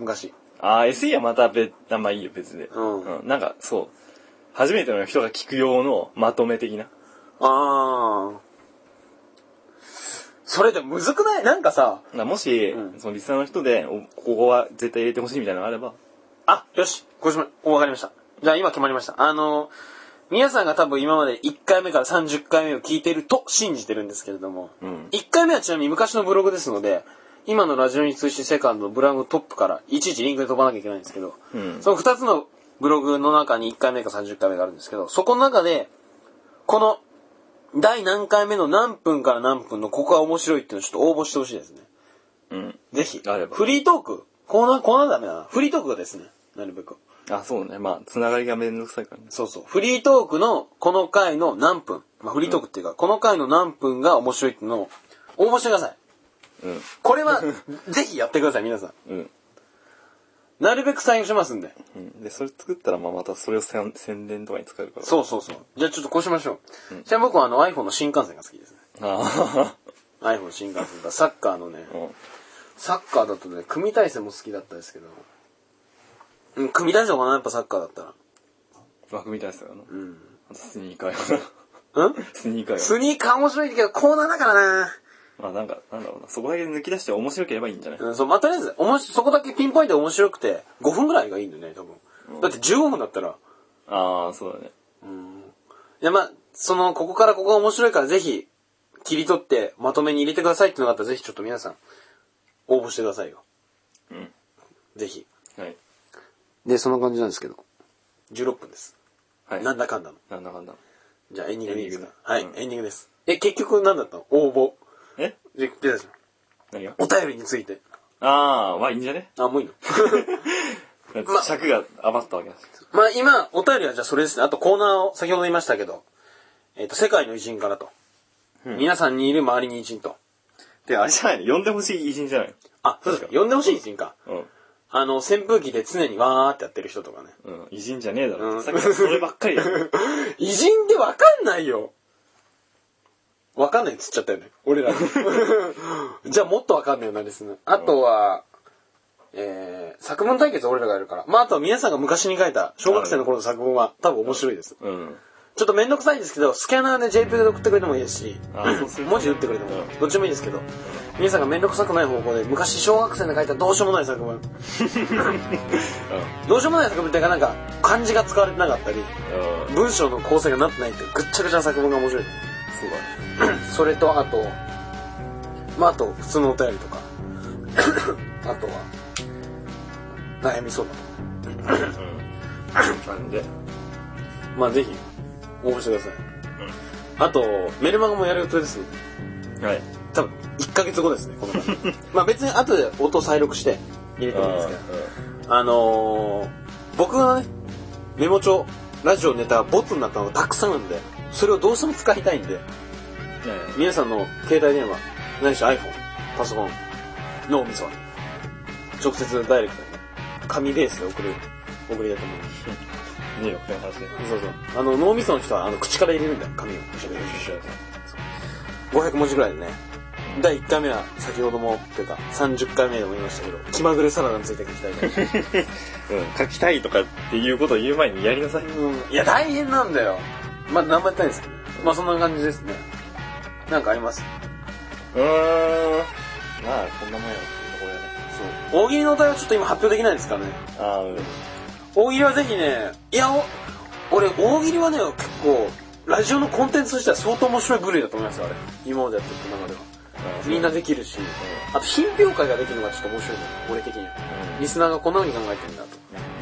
Speaker 2: 昔。
Speaker 1: ああ、SE はまた別、あまあいいよ、別で。
Speaker 2: うん
Speaker 1: なんか、そう。初めての人が聞く用のまとめ的な。
Speaker 2: あー。それでむずくないなんかさ、
Speaker 1: だからもし、
Speaker 2: うん
Speaker 1: そのリスナーの人で、おここは絶対入れてほしいみたいなのがあれば、
Speaker 2: あ、よし、ごしま、わかりました。じゃあ今決まりました。あの、皆さんが多分今まで1回目から30回目を聞いてると信じてるんですけれども、
Speaker 1: ん
Speaker 2: 1回目はちなみに昔のブログですので、今のラジオに通信セカンドのブラグトップからいちいちリンクで飛ばなきゃいけないんですけど、
Speaker 1: ん
Speaker 2: その2つのブログの中に1回目か30回目があるんですけど、そこの中で、この第何回目の何分から何分のここが面白いっていうのをちょっと応募してほしいですね。
Speaker 1: うん。
Speaker 2: ぜひ。
Speaker 1: あれば
Speaker 2: フリートーク。コーナー、コーナーダメだな。フリートークがですね。なるべく。
Speaker 1: あ、そうね。まあ、つながりがめんどくさいからね。
Speaker 2: そうそう。フリートークのこの回の何分。まあ、フリートークっていうか、この回の何分が面白いっていうのを応募してください。
Speaker 1: うん。
Speaker 2: こ れは、ぜひやってください、皆さん。
Speaker 1: うん。
Speaker 2: なるべく採用しますんで。
Speaker 1: うんで、それ作ったら、まあ、またそれをせん宣伝とかに使えるから。
Speaker 2: そうそうそう。じゃあちょっとこうしましょう。ちなみに僕はあの iPhone の新幹線が好きですね。
Speaker 1: あ
Speaker 2: iPhone の新幹線がサッカーのね、
Speaker 1: あ。うん。
Speaker 2: サッカーだとね、組体戦も好きだったですけど。うん、組体戦かな、やっぱサッカーだったら。
Speaker 1: 枠みたいですよな。
Speaker 2: うん。
Speaker 1: あとスニーカーよ な。
Speaker 2: うん
Speaker 1: スニーカーよな。
Speaker 2: スニーカー面白いけど、コーナーだからな。
Speaker 1: まあなんか、なんだろうな。そこだけ抜き出して面白ければいいんじゃない
Speaker 2: うん、そう、まあ、とりあえず、おもし、そこだけピンポイントで面白くて、5分ぐらいがいいんだよね、多分。だって15分だったら、
Speaker 1: ああ、そうだね。
Speaker 2: いや、まあ、その、ここからここが面白いから、ぜひ、切り取って、まとめに入れてくださいっていうのがあったら、ぜひちょっと皆さん、応募してくださいよ。
Speaker 1: うん。
Speaker 2: ぜひ。
Speaker 1: はい。
Speaker 2: で、そんな感じなんですけど。16分です。
Speaker 1: はい。
Speaker 2: なんだかんだの。
Speaker 1: なんだかんだ。
Speaker 2: じゃあ、エンディングでいいですかは
Speaker 1: エ
Speaker 2: い、
Speaker 1: ンディング
Speaker 2: エンディングです。え、結局何だったの応募。
Speaker 1: え
Speaker 2: で、出たじゃん。
Speaker 1: 何が
Speaker 2: お便りについて。
Speaker 1: ああ、まあいいんじゃね
Speaker 2: あ、もういいの
Speaker 1: だって尺が余ったわけだし。
Speaker 2: まあ、今、お便りはじゃあそれですね。あと、コーナーを、先ほど言いましたけど、えっ、と、世界の偉人からと。皆さんにいる周りに偉人と。
Speaker 1: で、あれじゃないの呼んでほしい偉人じゃない
Speaker 2: あ、そうですか。呼んでほしい偉人か。
Speaker 1: の
Speaker 2: あの、扇風機で常にわーってやってる人とかね。
Speaker 1: うん。うん。偉人じゃねえだろ。
Speaker 2: うん
Speaker 1: さっきからそればっかりだよ
Speaker 2: 偉人ってわかんないよわかんないっつっちゃったよね。俺 ら。じゃあもっとわかんないよな、リスナーあとは、えー、作文対決俺らがやるから。まあ、あとは皆さんが昔に書いた小学生の頃の作文は多分面白いです。
Speaker 1: うん。
Speaker 2: ちょっとめんどくさいんですけど、スキャナーで JPEG で送ってくれてもいいですし
Speaker 1: あそうす、る
Speaker 2: 文字打ってくれても
Speaker 1: う、
Speaker 2: どっちもいいですけど、皆さんがめんどくさくない方向で、昔小学生で書いたどうしようもない作文。どうしようもない作文っていうか、なんか、漢字が使われてなかったり、
Speaker 1: うん。
Speaker 2: 文章の構成がなってないっていうぐっちゃぐちゃな作文が面白い。
Speaker 1: そうだね。
Speaker 2: それと、あと、まあ、あと、普通のお便りとか、 あとは、悩み相談。
Speaker 1: なんで。
Speaker 2: まあ、ぜひ、応募してください。あと、メルマガもやる予定ですので、
Speaker 1: はい。
Speaker 2: 多分、1ヶ月後ですね、この番 組まあ、別に後で音再録して入れてもいいんですけど、あのー、僕がね、メモ帳、ラジオネタボツになったのがたくさんあるんで、それをどうしても使いたいんで、
Speaker 1: うん。
Speaker 2: 皆さんの携帯電話、ないし iPhone、パソコン、脳みそは、直接ダイレクトにね、紙ベースで送る、送りだと思います。
Speaker 1: ねえよ、この話ね。
Speaker 2: そうそう。あの、脳みその人は、あの、口から入れるんだよ、紙を。500文字ぐらいでね。第1回目は、先ほども、というか、30回目でも言いましたけど、気まぐれサラダについて書きたいと思います
Speaker 1: うん。書きたいとかっていうことを言う前にやりなさい。
Speaker 2: うんいや、大変なんだよ。まあ、何もやってないんですけどね。まあ、そんな感じですね。なんかあります
Speaker 1: うーん。まあ、こんなもんやろっていうとこ
Speaker 2: 大
Speaker 1: ろやね。
Speaker 2: 喜利のお題はちょっと今発表できないですからね。
Speaker 1: ああ、うん。
Speaker 2: 大喜利はぜひね、いや、お俺、大喜利はね、結構、ラジオのコンテンツとしては相当面白い部類だと思いますよ、あれ。今までやってきた中では。みんなできるし、あと、品評会ができるのがちょっと面白いね、俺的には。リスナーがこんな風に考えてるんだと。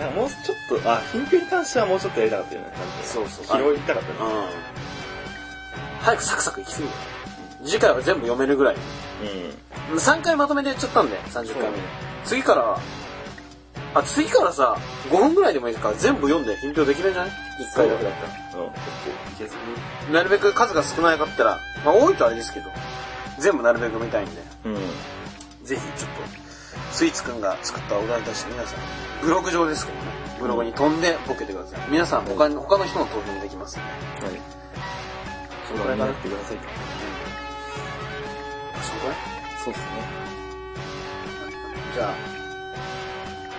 Speaker 1: なんかもうちょっと、あ、品評に関してはもうちょっとやりたかったよね。
Speaker 2: そうそう
Speaker 1: 拾いたかった
Speaker 2: う
Speaker 1: ね。
Speaker 2: ん。早くサクサクいきすぎる。次回は全部読めるぐらい。
Speaker 1: うん。
Speaker 2: 3回まとめてやっちゃったんで、30回目で。次から、あ、次からさ、5分ぐらいでもいいから全部読んで品評できるんじゃない ?1 回だけだったら。
Speaker 1: うん。結構、いけずに。
Speaker 2: なるべく数が少なかったら、まあ多いとあれですけど、全部なるべく見たいんで、
Speaker 1: うん。
Speaker 2: ぜひちょっと、スイーツくんが作ったお題に対して皆さん、ブログ上ですけどね、ブログに飛んでボケてください。皆さん他に、他の人の投票もできますんで、
Speaker 1: はい。
Speaker 2: そ
Speaker 1: お
Speaker 2: のくら
Speaker 1: 金
Speaker 2: いかな。
Speaker 1: 払
Speaker 2: う
Speaker 1: っ
Speaker 2: ん
Speaker 1: てくださいか。
Speaker 2: そのくらい
Speaker 1: そうですね。
Speaker 2: じゃあ、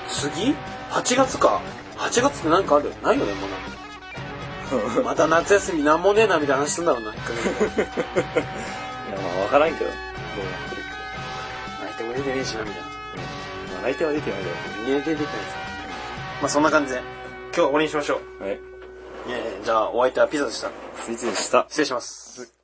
Speaker 2: 次 ?8 月か。8月ってなんかあるないよね、もう なんか。また夏休みなんもねえなみたいな話すんだろうな、一 ヶ月後。
Speaker 1: いや、まあ、わからんけど。どうなってるか。
Speaker 2: 泣いても出てねえしな、みたいな。
Speaker 1: まあ、内定は出てないだろ
Speaker 2: 寝て出てないです。まあそんな感じで、今日は終わりにしましょう。
Speaker 1: うけど。はい。
Speaker 2: えーじゃあお相手はピザでした。
Speaker 1: スイーツでした。
Speaker 2: 失礼します。